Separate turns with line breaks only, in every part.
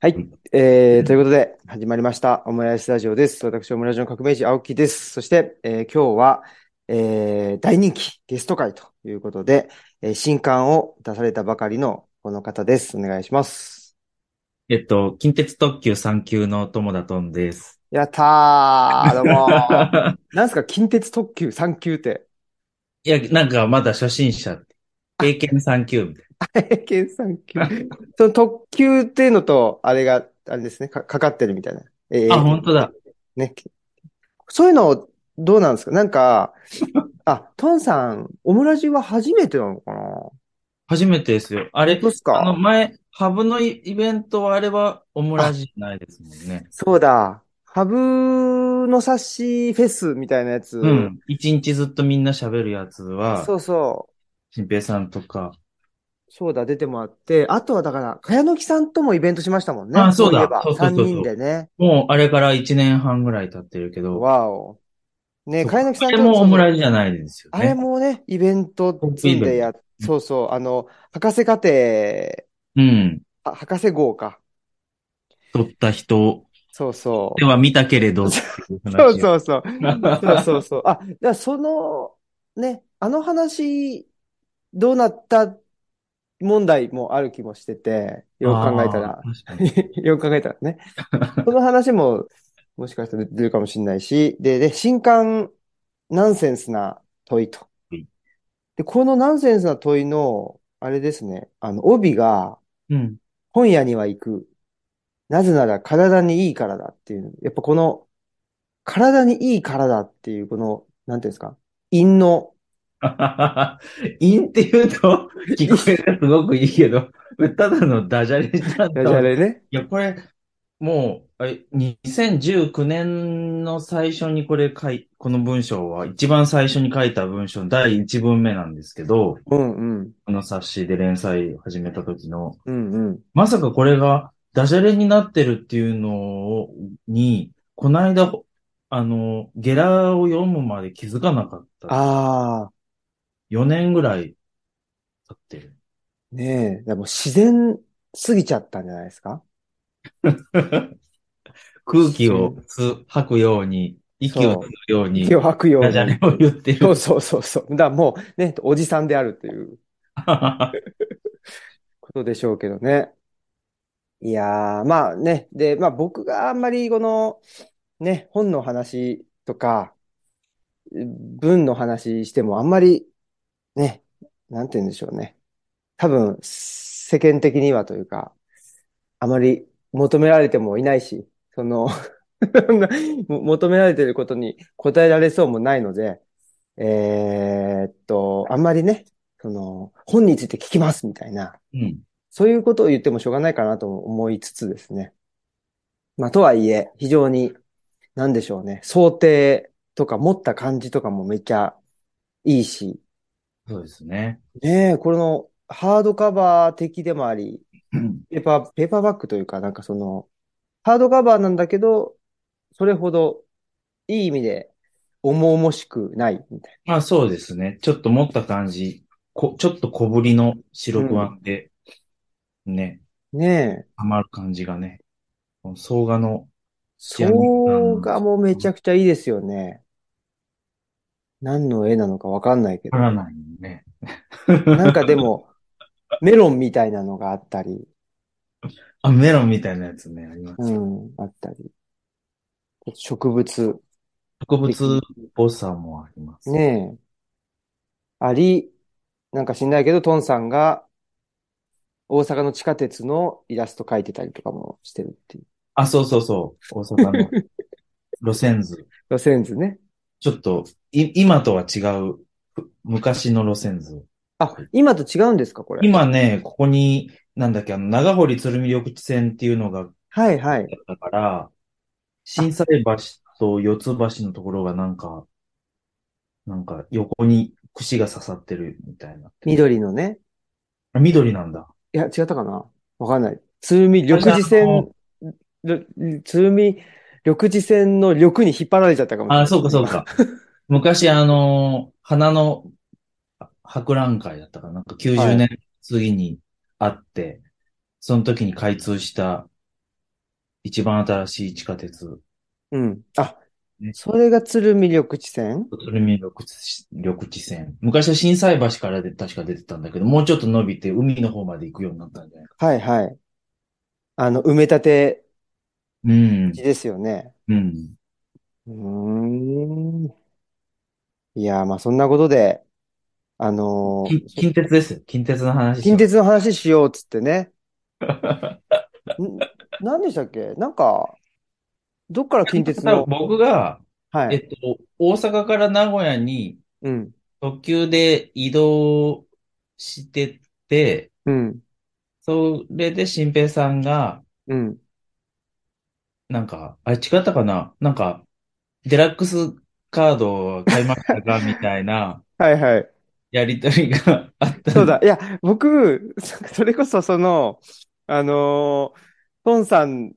は
う
い
ん。
えー、ということで、始まりました。オムライスラジオです。私、オムラジオの革命児、青木です。そして、えー今日は、えー大人気ゲスト会ということで、えー新刊を出されたばかりのこの方です。お願いします。
えっと、近鉄特急3級の友田とんです。
やったーどうも ー
い
なんすか、近鉄特急3級って。
や、なんかまだ初心者。経験3級みたい
経験3級。その特急っていうのと、あれが、あれですね、か、かかってるみたいな。えー
な。あ、本当だ。
ね。そういうの、どうなんですかなんか、あ、トンさん、オムラジは初めてなのかな
初めてですよ。あれ、
どうっすか
あの前、ハブのイイベントはあれはオムラジじゃないですもんね。
そうだ。ハブの冊子フェスみたいなやつ。
うん。一日ずっとみんな喋るやつは
そ、うそう。
新平さんとか。
そうだ、出てもらって。あとはだから、茅野木さんともイベントしましたもんね。
あそうだ
いえば、
そうそうそうそう
3人でね。
もうあれから1年半ぐらい経ってるけど、
わお。ね、
そう
茅野木さん
あれ
と
もオムラ
ジ
ジじゃないですよ
あれ
ね。
もね、イベントでや、そうそう、あの、博士課程、
うん。
あ博士号か。
撮った人
そうそう
で。は見たけれどっていう 話
そう そうそう。そう
う。
そうそう。あ、だからその、ね、あの話、どうなった問題もある気もしてて、よく考えたら
あ、ー。確か に
よく考えたらね。その話も、もしかしたら出るかもしれないし、で、で、新刊、ナンセンスな問いと
うん。
で、このナンセンスな問いの、あれですね、あの、帯が、
うん。
本屋には行く。なぜなら体にいいからだっていう。やっぱこの、体にいいからだっていう、この、なんていうんですか。陰の、
インっていう と、聞こえがすごくいいけど、ただのダジャレじゃん。
ダジャレね。
いや、これ、もう、あれ、2019年の最初にこれ書い、この文章は、一番最初に書いた文章の第1文目なんですけど、
うんうん。
この冊子で連載始めた時の、
うんうん。
まさかこれがダジャレになってるっていうのをに、こないだ、あの、ゲラを読むまで気づかなかった。
あ
4年ぐらい経ってる。
ー、ねえ。でも自然すぎちゃったんじゃないですか。
空気を吸う吐くように、息を吸うように
気、を吐くよう
ダ
に
ジ。ャレを言って
そう
る。
そうそうそう。だからもうね、おじさんであるということでしょうけどね。いやー、まあね。で、まあ僕があんまりこの、ね、本の話とか、文の話してもあんまり、ね、なんて言うんでしょうね。多分、世間的にはというか、あまり求められてもいないし、その も求められていることに答えられそうもないので、えーっと、あんまりね、その、本について聞きますみたいな、
うん
そういうことを言ってもしょうがないかなと思いつつですね。まあ、とはいえ、非常に、なんでしょうね、想定とか持った感じとかもめっちゃいいし、
そうですね。
ねえ、このハードカバー的でもあり、
うん
ペーパー、ペーパーバッグというか、なんかその、ハードカバーなんだけど、それほどいい意味で重々しくないみたい
まあそうですね。ちょっと持った感じ、こちょっと小ぶりの白くあって、ね、
な。ねえ。
はまる感じがね、この生姜の
そうがもうめちゃくちゃいいですよね。何の絵なのかわかんないけど
わ。からないよね。
なんかでも、メロンみたいなのがあったり、
あ、メロンみたいなやつね、あります。
うん、あったり。植物、
植物っぽさもあります。
ねえ。あり、なんか知んないけど、トンさんが大阪の地下鉄のイラスト描いてたりとかもしてるっていう。
あ、そうそうそう。大阪の路線図。
路線図ね。
ちょっと、い、今とは違う、ふ昔の路線図。
あ、今と違うんですか、これ。
今ね、ここに、なんだっけ、あの、長堀鶴見緑地線っていうのが
はいはい。
だったから、震災橋と四つ橋のところがなんか、なんか横に串が刺さってるみたいな。
緑のね。
あ緑なんだ。
いや、違ったかなわかんない。鶴見緑地線、緑鶴見緑地線の緑に引っ張られちゃったかもしれない。
あ、そう か、そうか。昔、あの、花のあ博覧会だったかな。なんか
は
90
い
年次にあって、その時に開通した一番新しい地下鉄。
うん。あ、
ね
それが鶴見緑地線
鶴見緑地緑地線。昔は震災橋からで確か出てたんだけど、もうちょっと伸びて海の方まで行くようになったんじゃないか。
はいはい。あの、埋め立て
うん。
地ですよね。
うん。
うーん。いやー、まあそんなことで、あのー
近近鉄ですよ。近鉄の話し
近
よう。
鉄の話しようっつって ね。ん何でしたっけなんか、どっから近鉄の、
僕が、
は い。
えっと、大阪から名古屋に
うん。
特急で移動してて、
うん。
それで新平さんが、
うん。
なんか、あれ違ったかななんか、デラックスカードを買いましたかみたいな
はいはい。
やりとりがあった。
そう だ。いや、僕、それこそその、あのー、トンさん、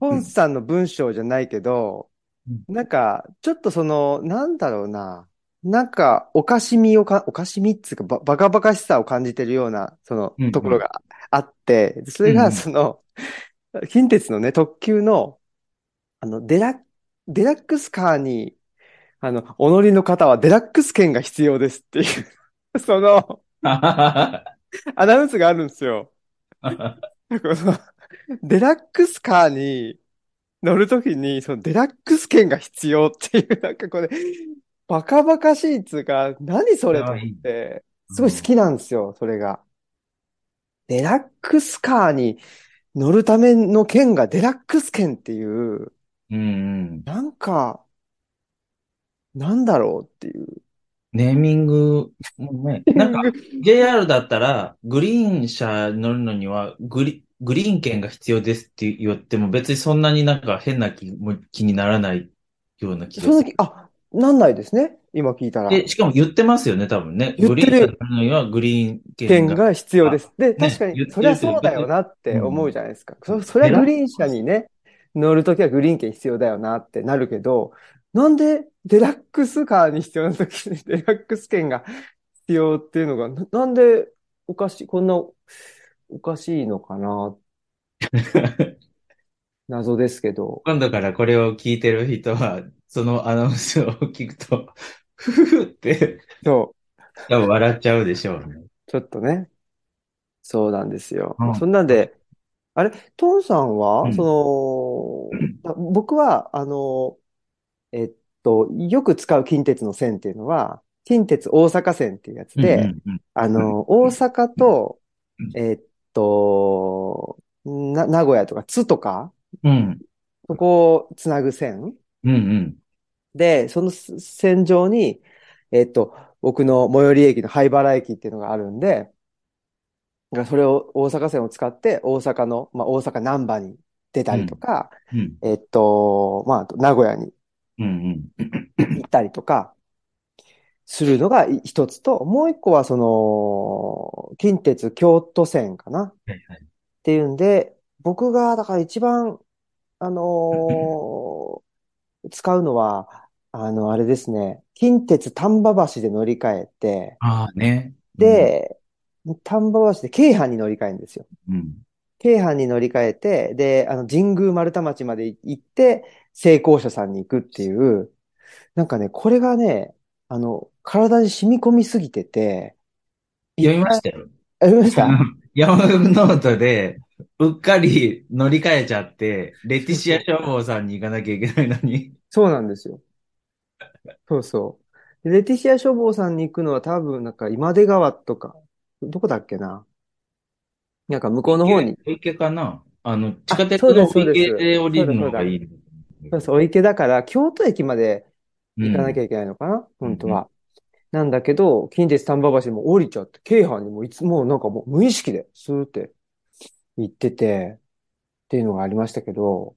トンさんの文章じゃないけど
うん、
なんか、ちょっとその、なんだろうな。なんか、おかしみをか、おかしみっつうか、ば、バカバカしさを感じてるような、その
うんう、ん
ところがあって、それ
うんう
が、
ん
その、近鉄のね、特急の、あの、デラ、デラックスカーに、あの、お乗りの方はデラックス券が必要ですっていう、 その、アナウンスがあるんですよ。 このデラックスカーに乗るときに、そのデラックス券が必要っていう、なんかこれ、バカバカしいっつうか、何そ れと思って、すごい好きなんですよ、それが。デラックスカーに乗るための券がデラックス券っていう、
うんうん。
なんか、なんだろうっていう。
ネーミングもね、なんか、JR だったら、グリーン車乗るのにはグリ、グリーン券が必要ですって言っても、別にそんなになんか変な気も気にならないような気が
その
す
時、あ、なんないですね、今聞いたら。
る。で、しかも言ってますよね、多分ね。
言っ
グ
て
リー
る
ン車乗るのにはグリーン
券
券が。
が必要です。で、
ね
確かに
言っ、てる
そりゃそうだよなって思うじゃないですか。
うん
そ、そりゃグリーン車にね、乗るときはグリーン券必要だよなってなるけど、なんでデラックスカーに必要なときに デラックス券が必要っていうのが、ななんでおかしい、こんなおかしいのかな、謎ですけど。
今度からこれを聞いてる人は、そのアナウンスを聞くと、 ふふふって、
そ
多分笑っちゃうでしょうね。
う、ちょっとね。そうなんですよ。
うん
そんなんで、あれ、トンさんは、
うん
そ の、あ僕は、あの、えっと、よく使う近鉄の線っていうのは、近鉄大阪線っていうやつで、
うんうん
あの、大阪と
うん、
えっと、な、名古屋とか津とか、
うん。
そこをつなぐ線
うんうん。
で、そのす線上に、えっと、僕の最寄り駅の灰原駅っていうのがあるんで、だからそれを大阪線を使って大阪の、まあ、大阪難波に出たりとか、
うん
えっと、まああと、名古屋に
うん
行ったりとか、するのがい一つと、もう一個はその、近鉄京都線かなっ
はいは
ていうんで、僕がだから一番、あのー使うのは、あの、あれですね、近鉄丹波橋で乗り換えて、
ああね。
で、丹波橋で京阪に乗り換えるんですよ。
うん、うん。
京阪に乗り換えて、で、あの、神宮丸太町まで行って、成功者さんに行くっていう、なんかね、これがね、あの、体に染み込みすぎてて、
読みましたよ。
あ読みました
ヤマグノートで、うっかり乗り換えちゃって、レティシア消防さんに行かなきゃいけないのに。
そうなんですよ。そうそう。でレティシア消防さんに行くのは多分、なんか今出川とか、どこだっけななんか向こうの方に、
小池かなあの、地下鉄
そうで
の
すそう
小
です
池で降りるのがいい。
そうそう、お池だから、京都駅まで行かなき
ゃ。
ゃいけないのかな、本当は。なんだけど、近鉄丹波橋にも降りちゃって、京阪にもいつもなんかもう無意識で、スーって行ってて、っていうのがありましたけど、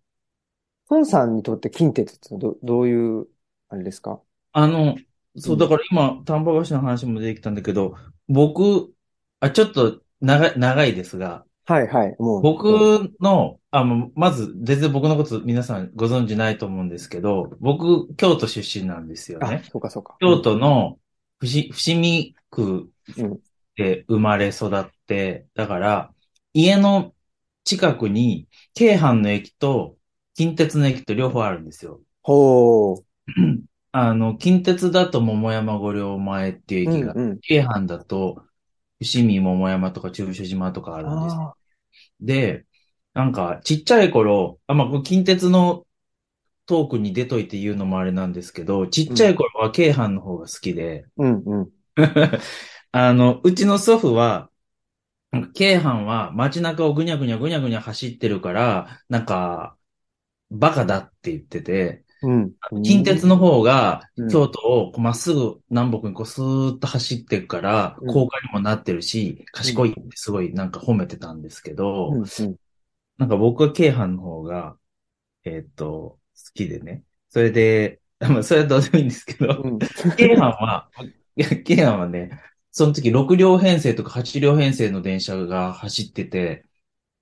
孫さんにとって近鉄ってど、どういう、あれですか
あの、そうう、
ん
だから今、丹波橋の話もできたんだけど、僕、あ、ちょっと長い、長いですが、
はいはい、もう。
僕の、あ、もうまず、全然僕のこと皆さんご存知ないと思うんですけど、僕、京都出身なんですよ
あ、
ね。
そうかそうか。
京都の伏伏見区
うん
で生まれ育って、だから、家の近くに、京阪の駅と近鉄の駅と両方あるんですよ。
ほう。
あの、近鉄だと桃山御両前っていう
う
駅
ん
が、
うん。
京阪だと伏見桃山とか中所島とかあるんです。
あ
で、なんか、ちっちゃい頃、あ、まあ、これ近鉄のトークに出といて言うのもあれなんですけど、ちっちゃい頃は京阪の方が好きで、
ーうんうん。
あの、うちの祖父は、なんか京阪は街中をぐにゃぐにゃぐにゃぐにゃ走ってるから、なんか、バカだって言ってて、
うん。
近鉄の方が
うん
京都をこうまっすぐ南北にこうスーッと走ってるから、
うん
高架にもなってるし、賢いってすごいなんか褒めてたんですけど、
うんうん。
なんか僕は京阪の方が、えーっと、好きでね。それで、 まあ、それはどうでもいいんですけど
う、ん。
京阪は、いや京阪はね、その時6両編成とか8両編成の電車が走ってて、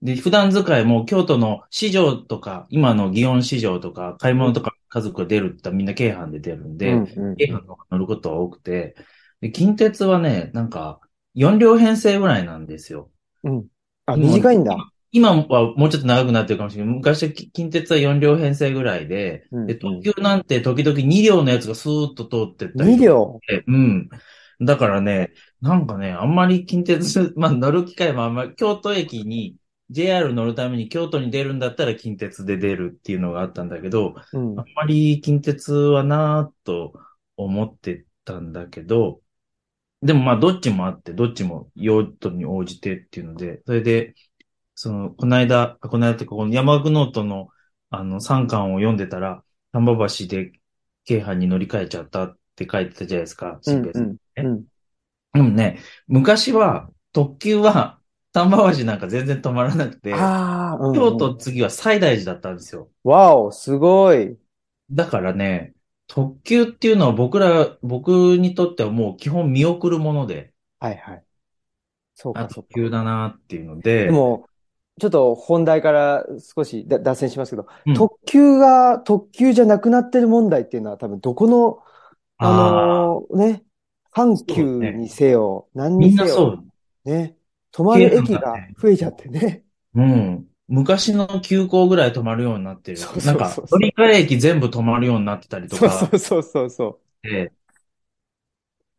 で、普段使いも京都の市場とか、今の祇園市場とか、買い物とか家族が出るって言ったらみんな京阪で出るんで、
うんうん
京阪の方が乗ることが多くて、で、近鉄はね、なんか、4両編成ぐらいなんですよ。
あ、短いんだ。
今はもうちょっと長くなってるかもしれない。昔はき近鉄は4両編成ぐらいで、
うん
で、東京なんて時々2両のやつがスーッと通ってったり
2
とか
両。
して。うん。だからね、なんかね、あんまり近鉄、 まあ乗る機会もあんまり、京都駅に JR 乗るために京都に出るんだったら近鉄で出るっていうのがあったんだけど、
うん
あん。まり近鉄はなぁと思ってたんだけど、でもまあどっちもあって、どっちも用途に応じてっていうので、それで、その、この間、あこの間ってこの山岳ノートのあの3巻を読んでたら、丹波橋で京阪に乗り換えちゃったって書いてたじゃないですか、
う
新
ん
平
う
さん
ん。うん。
でもね、昔は特急は丹波橋なんか全然止まらなくて、
ああ、うんうん
京都。次は西大寺だったんですよ。
わお、すごい。
だからね、特急っていうのは僕ら、僕にとってはもう基本見送るもので、
はいはい。そう
あ、
か、そうか。
特急だなっていうので、
でも、ちょっと本題から少しだ脱線しますけど
うん、
特急が特急じゃなくなってる問題っていうのは多分どこの、あ
あ
のね、阪急
そうね
にせよ、何
ー
に
みん
せ
な
よ、
そう。
ね、止まる駅
京阪だ
が
ね
増えちゃってね。
うん。昔の急行ぐらい止まるようになってる。
そうそう
なん
そう
か、
そ
乗
う
り換え駅全部止まるようになってたりと
そう
か
そうそうそうそう。
で、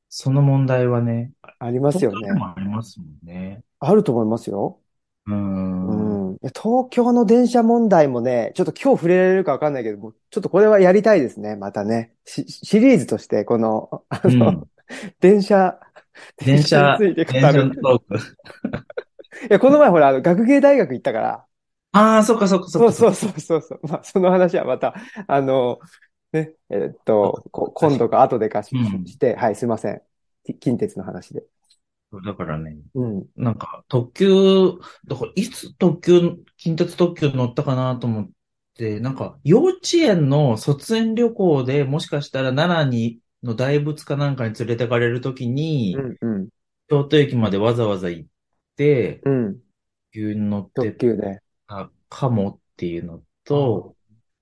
その問題はね、
ありますよね
東京。でもありますもんね。
あると思いますよ。
うー。
うんん。いや東京の電車問題もね、ちょっと今日触れられるかわかんないけども、ちょっとこれはやりたいですね、またね。しシリーズとして、この、 あ
うん
の、電車、
電
電車
車、
について
電
語
車
る
の。トーク。
いや、この前ほら、あの、学芸大学行ったから、
ああ、そっかそっかそっ
そう
かそ
そ
っ
うそうそうそう、まあ、その話はまた、あの、ね、えーっと、こ今度か後でかし
うん
して、はい、すいません。き近鉄の話で。
か。だからね、
うん。
なんか、特急、だからいつ特急、近鉄特急乗ったかなと思って、なんか、幼稚園の卒園旅行でもしかしたら奈良に、の大仏かなんかに連れてかれるときに、
うん、うん、
京都駅までわざわざ行って、
うん。
急に乗って
特急で。
たかもっていうのと、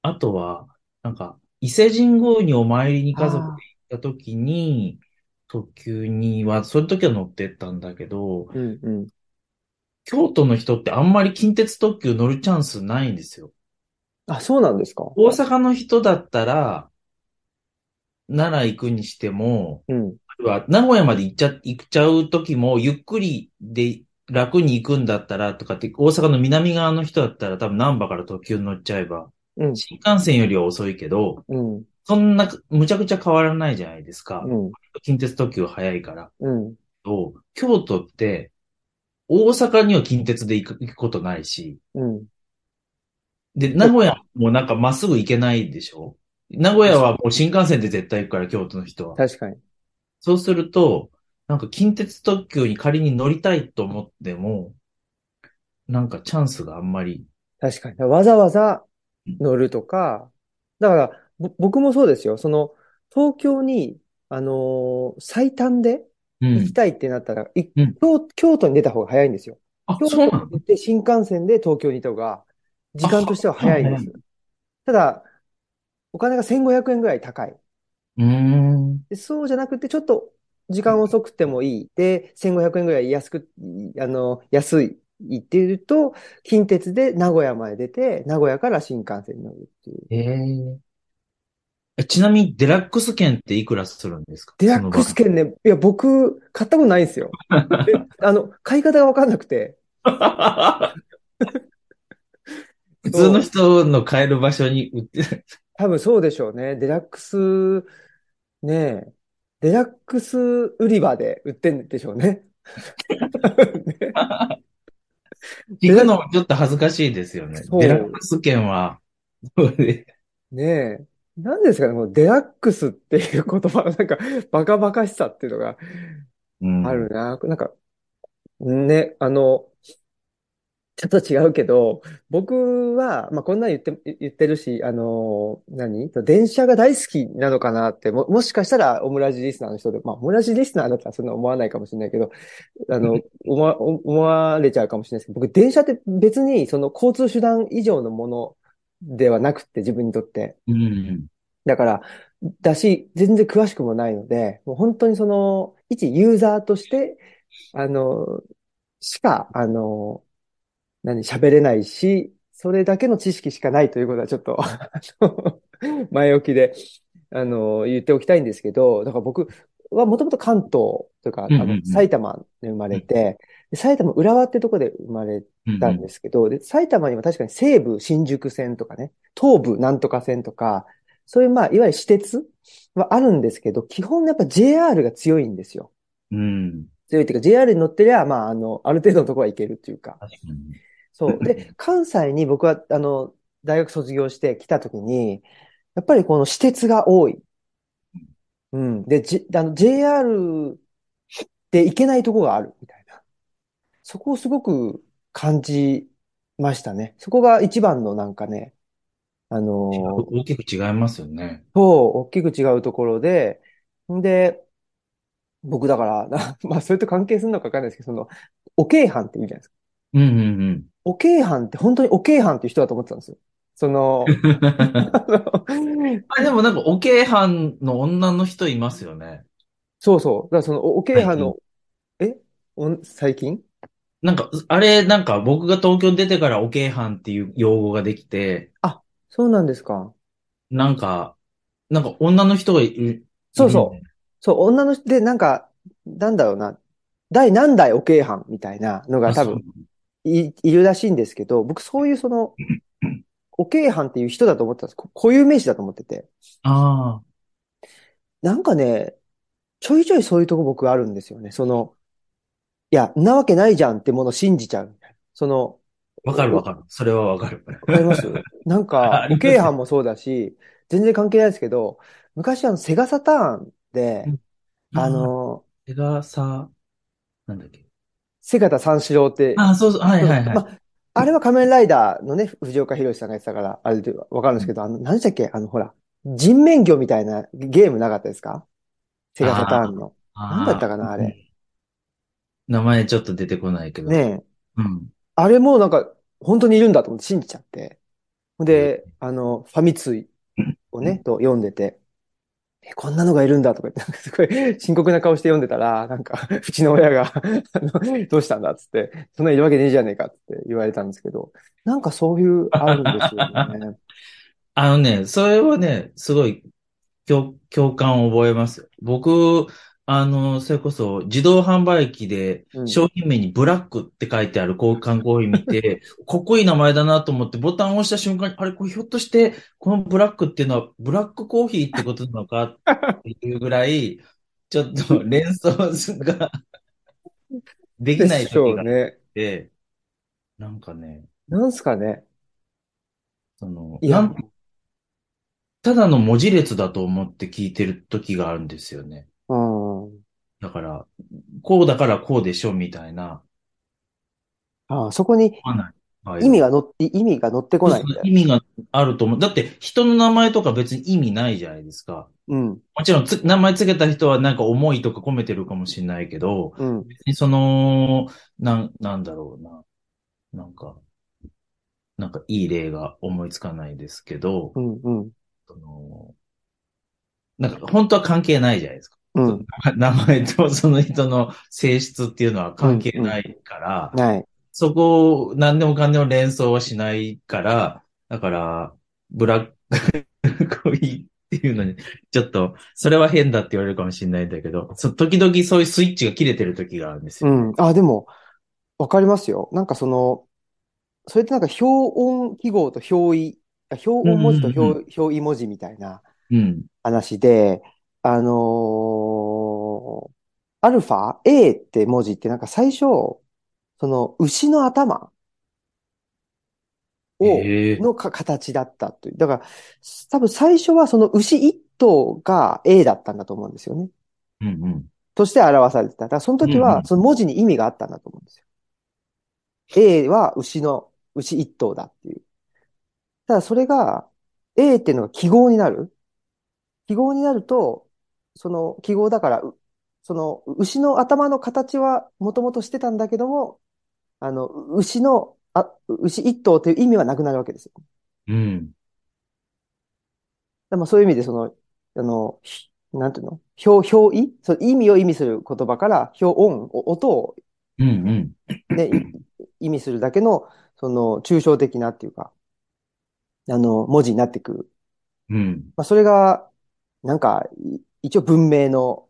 あとは、なんか、伊勢神宮にお参りに家族で行ったときに、特急には、その時は乗ってったんだけど、
うん、うん。
京都の人ってあんまり近鉄特急乗るチャンスないんですよ。
あ、そうなんですか。
大阪の人だったら、奈良行くにしても、
うん。
あるいは名古屋まで行っちゃ、行っちゃう時も、ゆっくりで楽に行くんだったらとかって、大阪の南側の人だったら多分南波から特急乗っちゃえば、
うん、
新幹線よりは遅いけど、
うん、
そんな、むちゃくちゃ変わらないじゃないですか。
うん、
近鉄特急は早いから。
うん。
と京都って、大阪には近鉄で行く行くことないし、
うん。
で、名古屋もなんかまっすぐ行けないでしょ名古屋はもう新幹線で絶対行くから、京都の人は。
確かに。
そうすると、なんか近鉄特急に仮に乗りたいと思っても、なんかチャンスがあんまり。
確かに。わざわざ乗るとか、だから、ぼ僕もそうですよ。その、東京に、あのー最短で
う
行き
ん。
たいってなったら、い
うん
京、京都に出た方が早いんですよ。
あ、
京都
そう
に
なの
行って新幹線で東京に行った方が、時間としては早いんです。ただ、お金が1500円ぐらい高い。
うーん。
でそうじゃなくて、ちょっと時間遅くてもいい。で、1500円ぐらい安く、あの、安い行っていると、近鉄で名古屋まで出て、名古屋から新幹線に乗るっていう。
えええちなみにデラックス券っていくらするんですか
デラックス券ね、いや、僕、買ったことないんですよ。
その場合
であの、買い方がわかんなくて。
普通の人の買える場所に売って、
多分そうでしょうね。デラックス、ねえ、デラックス売り場で売ってんでしょうね。ね
聞くのもちょっと恥ずかしいですよね。
そう
デラックス券は、
ねえ。何ですかね、このデラックスっていう言葉のなんか、バカバカしさっていうのが
うん
あるな。なんか、ね、あの、ちょっと違うけど、僕は、まあ、こんなん言って、言ってるし、あの、何電車が大好きなのかなって、も、もしかしたらオムラジリスナーの人で、まあ、オムラジリスナーだったらそんな思わないかもしれないけど、あ の、思わ、思われちゃうかもしれないですけど、僕、電車って別にその交通手段以上のものではなくって、自分にとって。
うん。
だから、だし、全然詳しくもないので、もう本当にその、一ユーザーとして、あの、しか、あの、何、喋れないし、それだけの知識しかないということはちょっと、あの前置きで、あの、言っておきたいんですけど、だから僕はもともと関東というか、あ
うんうんう
の
ん
埼玉で生まれて、で埼玉浦和ってとこで生まれ
うん
たんですけど、で、埼玉には確かに西部新宿線とかね、東部なんとか線とか、そういう、まあ、いわゆる私鉄はあるんですけど、基本やっぱ JR が強いんですよ。
うん。
強いっていうか、JR に乗ってりゃ、まあ、あの、ある程度のところは行けるっていうか。
確かに。
そう。で、関西に僕は、あの、大学卒業して来た時に、やっぱりこの私鉄が多い。うん。で、じ、あの、JR で行けないとこがあるみたいな。そこをすごく感じましたね。そこが一番のなんかね、あのー
大きく違いますよね。
そう、大きく違うところで、んで、僕だから、 なまあ、それと関係するのかわかんないですけど、その、お京阪って言うじゃないですか。
うんうん
お京阪って本当にお京阪っていう人だと思ってたんですよ。その、
うん。
あの
あ、でもなんか、おけいはんの女の人いますよね。
そうそう。だからその、おお京阪の、えおん最近
なんか、あれ、なんか僕が東京に出てからおけいはんっていう用語ができて、
そうなんですか。
なんか、なんか女の人がいる。
そうそうそう、女の人で、なんか、なんだろうな、第何代お京阪みたいなの
う
が多分、い、いるらしいんですけど、僕そういうそ の、お京阪っていう人だと思ってたんです。こ固有名詞だと思ってて。
ああ、
なんかね、ちょいちょいそういうとこ僕あるんですよね。その、いや、んなわけないじゃんってものを信じちゃうみたいな。その、
わかるわかる。それはわかる。
わかります なん
あ
か
あ、り
お
ます
京阪もそうだし、全然関係ないですけど、昔あの、セガサターンで
うん、
あ、の、
セガサ、なんだっけ。
セガタ三四郎って、
あ、そうそう、はいはいはい。
まあ、あれは仮面ライダーのね、藤岡弘、さんがやってたから、あれでわかるんですけど、あの、何でしたっけあの、ほら、人面魚みたいなゲームなかったですかセガサターンの。
あ
な
あ
んだったかなあれ。
名前ちょっと出てこないけど。
ね。え。
うん。
あれもなんか、本当にいるんだと思って信じちゃって。ほんで、あの、ファミ通をね、と読んでて、え、こんなのがいるんだとか言って、なん かすごい深刻な顔して読んでたら、なんか、 うちの親が、あの、どうしたんだっつって、そんなんいるわけねえじゃねえかっつって言われたんですけど、なんかそういう、あるんですよ ね。
あのね、それはね、すごい共、共感を覚えますよ。僕、あの、それこそ自動販売機で
うん
商品名にブラックって書いてあるこう缶コーヒー 見て、かっこいい名前だなと思ってボタンを押した瞬間に、あれこれひょっとして、このブラックっていうのはブラックコーヒーってことなのかっていうぐらい、ちょっと連想が できない
でしょ
時
う
があっ
ね。
て、なんかね、
なんすかね。
その、
いや
なんただの文字列だと思って聞いてる時があるんですよね。
うん。
だから、こうだからこうでしょみたいな。
あ、そこに
はい
意味が乗って、意味が乗ってこないみたいな。
意味があると思う。だって人の名前とか別に意味ないじゃないですか。
うん、
もちろんつ名前つけた人はなんか思いとか込めてるかもしれないけど、
うん。
別にその、なん、なんだろうな。なんか、なんかいい例が思いつかないですけど、
うん、うん、
その、なんか本当は関係ないじゃないですか。
うん。
名前とその人の性質っていうのは関係ないから、
ない。
そこ、何でもかんでも連想はしないから、だから、ブラック コインっていうのに、ちょっと、それは変だって言われるかもしれないんだけど、そ時々そういうスイッチが切れてる時があるんです
う
よ。
ん。あ、でも、わかりますよ。なんかその、それってなんか標音記号と表意、あ標音文字と
うんうんうん
表、表意文字みたいな
うん。
話で、あのーアルファ A って文字ってなんか最初、その牛の頭を、
ええ
のか形だったという。だから、多分最初はその牛一頭が A だったんだと思うんですよね。
うんうん。
として表されてた。だからその時
うんう
は、
ん
その文字に意味があったんだと思うんですよ。A は牛の、牛一頭だっていう。ただそれが、A っていうのが記号になる。記号になると、その記号だから、うその牛の頭の形はもともとしてたんだけども、あの、牛の、あ、牛一頭という意味はなくなるわけですよ。
うん。
だからまあそういう意味で、その、あの、ひなんていうの表、表意その意味を意味する言葉から、表音、お音を
うんうん。
ね、い意味するだけの、その、抽象的なっていうか、あの、文字になってくる。
うん。
まあ、それが、なんか、い一応文明の、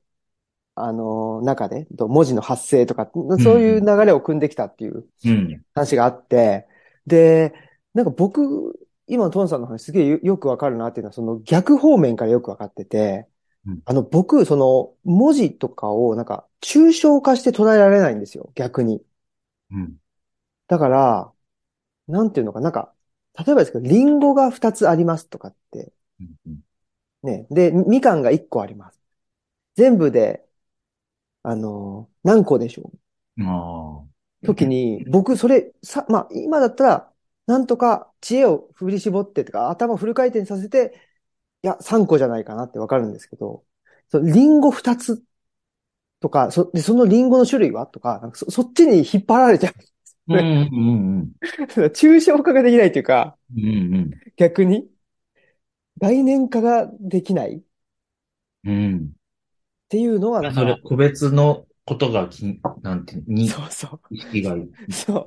あの、中で、と文字の発生とか、そういう流れを組んできたっていう
うん。
話があって、で、なんか僕、今のトンさんの話すげえよよくわかるなっていうのは、その逆方面からよくわかってて
うん、
あの、僕、その、文字とかを、なんか、抽象化して捉えられないんですよ、逆に。
うん。
だから、なんていうのか、なんか、例えばですけど、リンゴが2つありますとかって、
うん。
ね。で、みかんが1個あります。全部で、あのー何個でしょ
あ
う時に、僕、それ、さ、まあ、今だったら、なんとか知恵を振り絞ってとか、頭をフル回転させて、いや、3個じゃないかなってわかるんですけど、そのリンゴ2つとか、そ、で、そのリンゴの種類はとか、なんかそ、そっちに引っ張られちゃう。
あ。うんうん
抽象化ができないというか、
うん。うん
逆に概念化ができないっ
うん。うん。
ていうのはなん
それ
か、、
個別のことがき、なんて、に、
そうそ
意識がいい。
う、そう、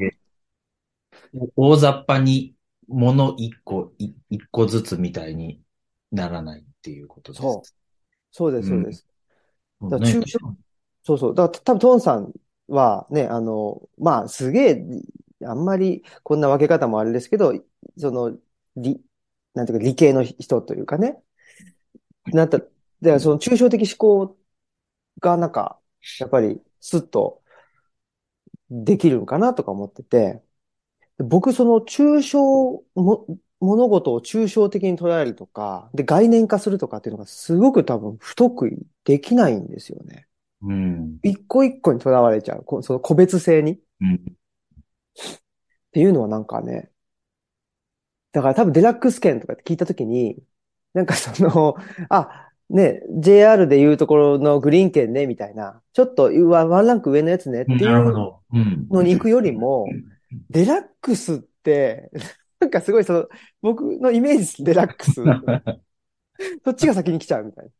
大雑把に物一個、い一個ずつみたいにならないっていうことです。
そうそうです、そうです。
う
だから中そうそう。だから多分トンさんはね、あの、まあ、すげえ、あんまりこんな分け方もあれですけど、その、理、なんていうか理系の人というかね、なった、だからその抽象的思考がなんか、やっぱりスッとできるのかなとか思ってて、僕その抽象も、物事を抽象的に捉えるとか、で概念化するとかっていうのがすごく多分不得意できないんですよね。
うん。
一個一個にとらわれちゃう。こその個別性に。っ
うん。
ていうのはなんかね。だから多分デラックス券とかって聞いたときに、なんかその、あ、ね、JR でいうところのグリーン券ね、みたいな。ちょっと、うわワンランク上のやつね、ってい
なるほ
う
ど。うん。
のに行くよりも
うん、
デラックスって、なんかすごいその、僕のイメージデラック ス。そっちが先に来ちゃうみたいな。
い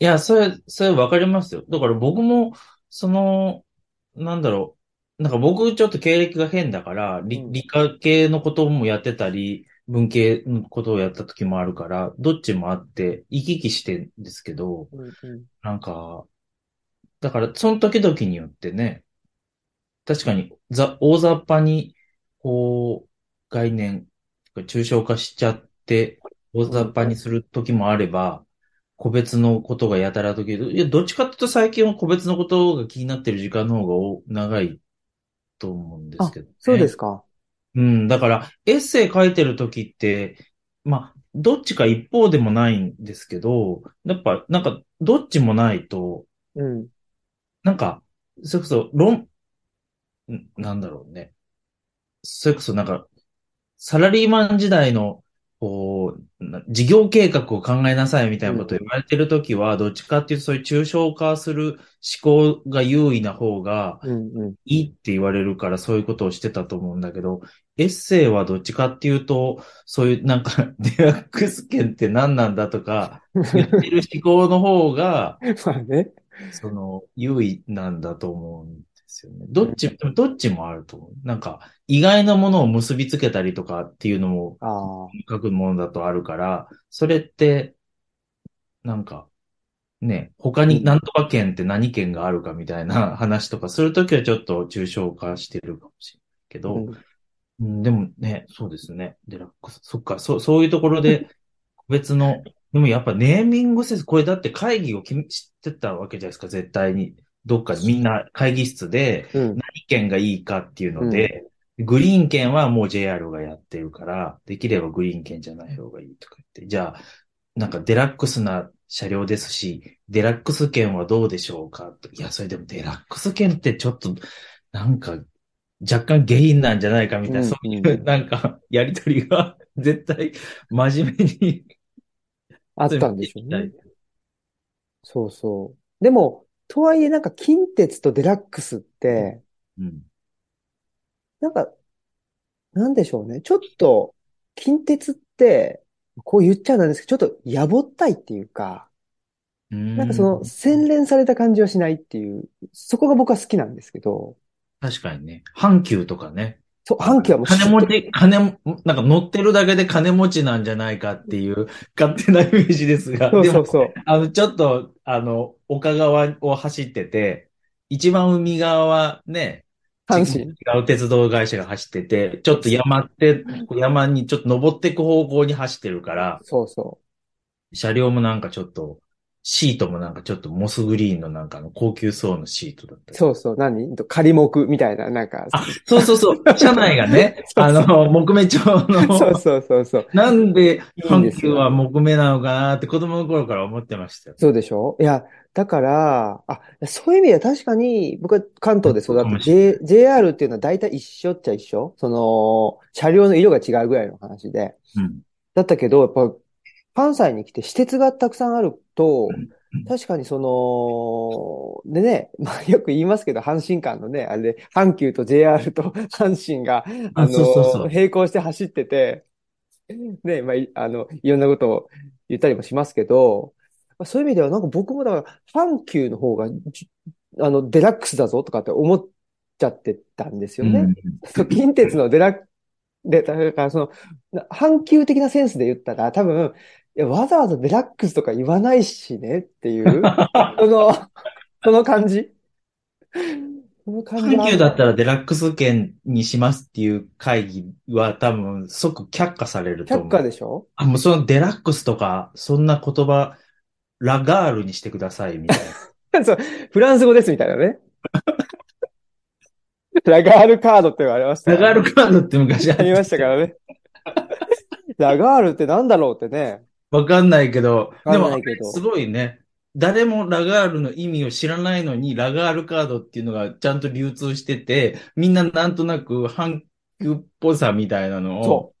や、それ、それわかりますよ。だから僕も、その、なんだろう。なんか僕ちょっと経歴が変だから、理、
うん
理科系のこともやってたり、文系のことをやった時もあるから、どっちもあって、行き来してんですけど、なんか、だからその時々によってね、確かにざ大雑把に、こう、概念、抽象化しちゃって、大雑把にする時もあれば、個別のことがやたらとけど、いや、どっちかっていうと最近は個別のことが気になってる時間の方がお長いと思うんですけどね。
そうですか。
うん、だから、エッセイ書いてるときって、まあ、どっちか一方でもないんですけど、やっぱ、なんか、どっちもないと、
うん。
なんか、それこそ、論、んなんだろうね。それこそ、なんか、サラリーマン時代の、こう、な事業計画を考えなさいみたいなことを言われてるときは、どっちかっていうと、そういう抽象化する思考が優位な方が、
うん。うん。
いいって言われるからそういうことをしてたと思うんだけど、エッセイはどっちかっていうと、そういうなんか デラックス券って何なんだとか、言ってる思考の方が、
まあね。
その、優位なんだと思うんですですよね。どっち、でもどっちもあると思う。なんか、意外なものを結びつけたりとかっていうのも
ああ、
書くものだとあるから、それって、なんか、ね、他に何とか県って何県があるかみたいな話とかするときはちょっと抽象化してるかもしれないけど、
うん
うん、でもね、そうですね。デラックス。そっか、そう、そういうところで、個別の、でもやっぱネーミングせず、これだって会議を決め、知ってたわけじゃないですか、絶対に。どっかみんな会議室で、
うん、
何県がいいかっていうので、グリーン券はもう JR がやってるから、できればグリーン券じゃない方がいいとか言って、じゃあ、なんかデラックスな車両ですし、デラックス券はどうでしょうかといや、それでもデラックス券ってちょっと、なんか、若干下品なんじゃないかみたいな、
うん
そういう、なんか、やりとりが、 絶対、真面目に。
あったんでしょうね。そうそう。でも、とはいえなんか近鉄とデラックスって、
うん。
なんか、なんでしょうね。ちょっと、近鉄って、こう言っちゃなんですけど、ちょっとやぼったいっていうか、
な
なんかその洗練された感じはしないっていう、そこが僕は好きなんですけど、
確かにね。阪急とかね。
そう、阪急はもう
金持ち、金も、なんか乗ってるだけで金持ちなんじゃないかっていう勝手なイメージですが、
そう
で
そ
も
う、そう。
あの、ちょっと、あの、丘側を走ってて、一番海側はね、
阪
違
神。
う鉄道会社が走ってて、ちょっと山って、山にちょっと登っていく方向に走ってるから、
そうそ
車両もなんかちょっと、シートもなんかちょっとモスグリーンのなんかの高級そうなシートだった
う。
り
そうそう。何仮木みたいな、なんか。、
そうそうそう。車内がね
そうそう
あの、木目調の、
そうそうそうそう。
なんで
いいんで
阪
す
急
よ
は木目なのかなって子供の頃から思ってましたよ。
そうでしょいや、だから、あ、そういう意味では確かに、僕は関東で育
そうかも
って、
しれ
J、JR っていうのは大体一緒っちゃ一緒その、車両の色が違うぐらいの話で。
うん。
だったけど、やっぱ、関西に来て私鉄がたくさんあると
うん、
確かにその、でね、まあよく言いますけど、阪神間のね、あれ、阪急と JR と阪神が、
あ
あの、
そうそうそう
並行して走ってて、ね、まあ、いあの、いろんなことを言ったりもしますけど、まあそういう意味では、なんか僕もだから、阪急の方が、じあの、デラックスだぞとかって思っちゃってたんですよね。そう近鉄のデラで、だからその、阪急的なセンスで言ったら、多分、いや、わざわざデラックスとか言わないしねって いう、その、その感じ。その感じは
阪急だったらデラックス券にしますっていう会議は多分即却下されると思
却
う。
下でしょ
あ、もうそのデラックスとか、そんな言葉、ラガールにしてくださいみ たいな。
そう、フランス語ですみたいなね。ラガールカードって言われました
ラ
よ
ガールカードって昔あっ
言いましたからね。ラガールってなんだろうってね。
わかんないけど、
わ
で
かん
も
ないけど
すごいね。誰もラガールの意味を知らないのに、ラガールカードっていうのがちゃんと流通してて、みんななんとなく阪急っぽさみたいなの
そ
を、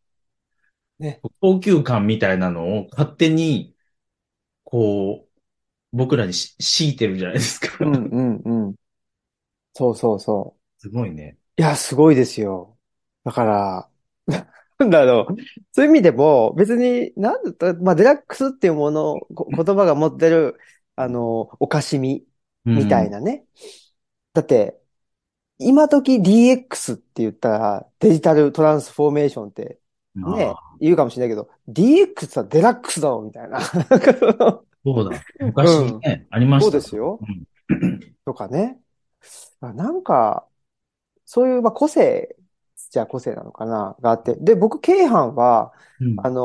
ね
高級感みたいなのを勝手に、こう、僕らにし強いてるじゃないですか。
うんうんうん。そうそうそう。
すごいね。
いや、すごいですよ。だから、 なんだろう。そういう意味でも、別に、なんだった、まあ、デラックスっていうもの、こ言葉が持ってる、あの、おかしみみたい
な。
なね。だって、今時 DX って言ったら、デジタルトランスフォーメーションってね
ああ、
言うかもしれないけど、DX ってデラックスだろ、みたいな。 なんかその
そうだ。昔ね、ありまし
そう
た。
ですよ
うん。
とかね。あなんか、そういう、まあ、個性、じゃあ個性なのかな、があって。で、僕、京阪は、
うん
あの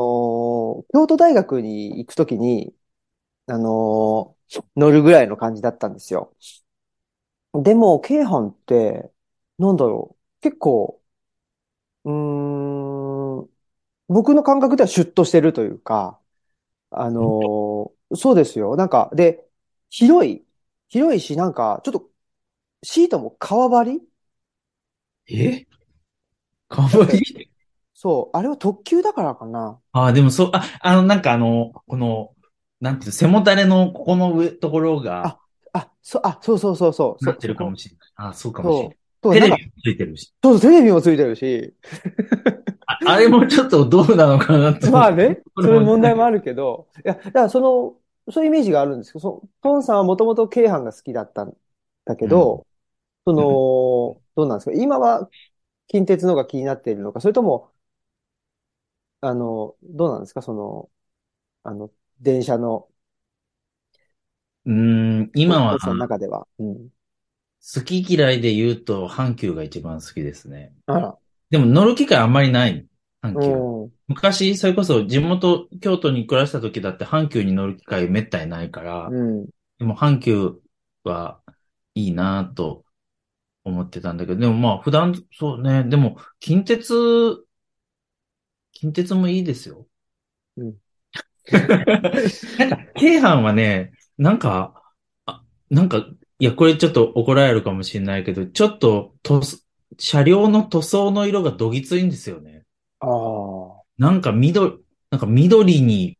ー京都大学に行くときに、あのー乗るぐらいの感じだったんですよ。でも、京阪って、なんだろう、結構、うーん、僕の感覚ではシュッとしてるというか、あのーそうですよ。なんか、で、広い、広いし、なんか、ちょっと、シートも革張り
え かわいい。
そう、あれは特急だからかな。
ああ、でもそう、あ、あの、なんかあの、この、なんていうの、背もたれのここの上、ところが、
あ、そ、あ、そうそうそうそう、
な
そ
ってるかも
し
しれない。ああ、そうか
れ
もしれ
い。
ない。
そう、
テ
そう、な
レ
んか、
ビもついてるし。
そうそう、テレビもついてるし、
あ、あれもちょっとどうなのかな と。
まあね、
こ
そ
れ
う
も
いう問題もあるけど、いや、だからその、そういうイメージがあるんですけど、その、トンさんはもともと京阪が好きだったんだけど、その、どうなんですか今は近鉄のが気になっているのか、それとも、あの、どうなんですかその、あの、電車の、
うん、今は
鉄道の中では。うん。
好き嫌いで言うと阪急が一番好きですね。
あら。
でも乗る機会あんまりない。阪急。
うん。
昔、それこそ地元、京都に暮らした時だって阪急に乗る機会めったにないから、
うん。
でも阪急はいいなぁと思ってたんだけど、でもまあ普段、そうね、でも近鉄、近鉄もいいですよ。
うん。
なんか、京阪はね、なんか、あ、なんか、いや、これちょっと怒られるかもしれないけど、ちょっと、とす、車両の塗装の色がどぎついんですよね。
ああ。
なんか緑、なんか緑に、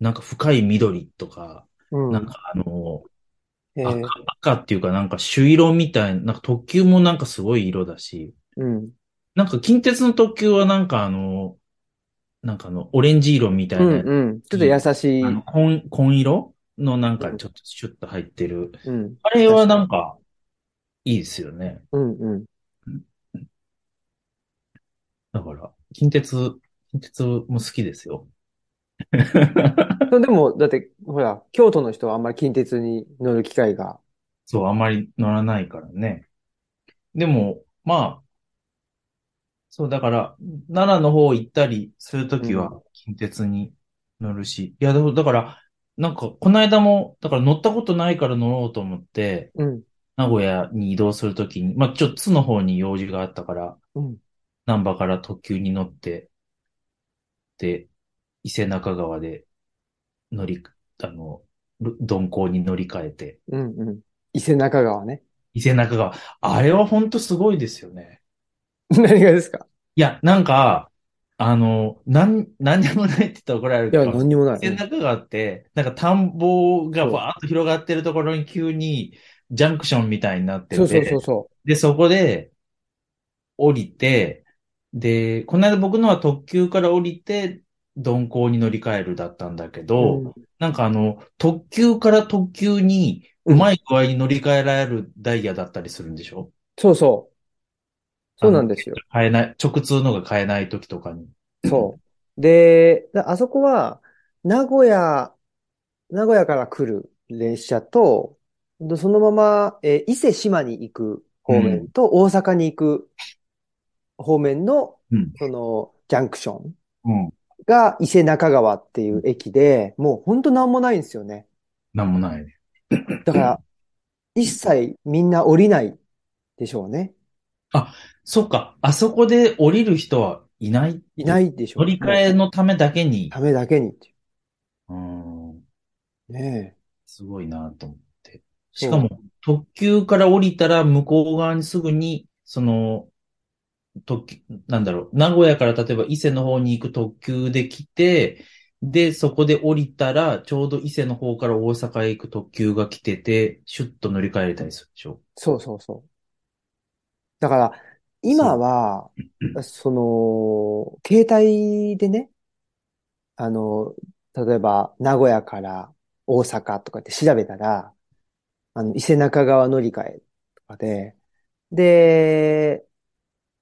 なんか深い緑とか、
うん。
なんかあの、
え
赤、
ー
赤っていうかなんか朱色みたいな、なんか特急もなんかすごい色だし、
うん。
なんか近鉄の特急はなんかあの、なんかあの、オレンジ色みたい
うん
な、
うん。ちょっと優しい。
あの、紺、紺色のなんかちょっとシュッと入ってる。
うん。
あれはなんか、いいですよね。
うんうん。
だから、近鉄、近鉄も好きですよ。
でも、だって、ほら、京都の人はあんまり近鉄に乗る機会が。
そう、あんまり乗らないからね。でも、まあ、そう、だから、奈良の方行ったりするときは、近鉄に乗るし、いや、でもだから、なんか、この間も、だから乗ったことないから乗ろうと思って、
うん。
名古屋に移動するときに、まあ、ちょっと津の方に用事があったから、
うん。
難波から特急に乗って、で、伊勢中川で乗り、あの、る鈍行に乗り換えて、
うんうん。伊勢中川ね。
伊勢中川。あれは本当すごいですよね。
何がですか
いや、なんか、あの、なん、なんでもないって言ったら怒られる
い
け
や、
ど、伊
何にもない。
勢中川って、なんか田んぼがバーッと広がってるところに急にジャンクションみたいになって
そうそう
て
そう、そ
で、そこで降りて、で、この間僕のは特急から降りて、鈍行に乗り換えるだったんだけ
う。
ど、なんかあの、特急から特急にうまい具合に乗り換えられるダイヤだったりするんでしょ
そうそう。そうなんですよ。
買えない、直通のが買えない時とかに。
そう。で、だあそこは、名古屋、名古屋から来る列車と、でそのまま、えー伊勢志摩に行く方面と、大阪に行く方面の
うん、
その、ジャンクション
うん。
が伊勢中川っていう駅で、もうほんとなんもないんですよね。
なんもない。
だから、一切みんな降りないでしょうね。
そっか、あそこで降りる人はいない。。
いないいでしょ
乗
う。
り換え
もう
のためだけに。
ためだけにっていう
ーん、
う。ね
すごいなと思って。しかも、特急から降りたら向こう側にすぐに、その、特急、なんだろう、名古屋から例えば伊勢の方に行く特急で来て、で、そこで降りたら、ちょうど伊勢の方から大阪へ行く特急が来てて、シュッと乗り換えれたりするでしょ。
そうそうそう。だから、今は、その、携帯でね、あの、例えば、名古屋から大阪とかって調べたら、あの、伊勢中川乗り換えとかで、で、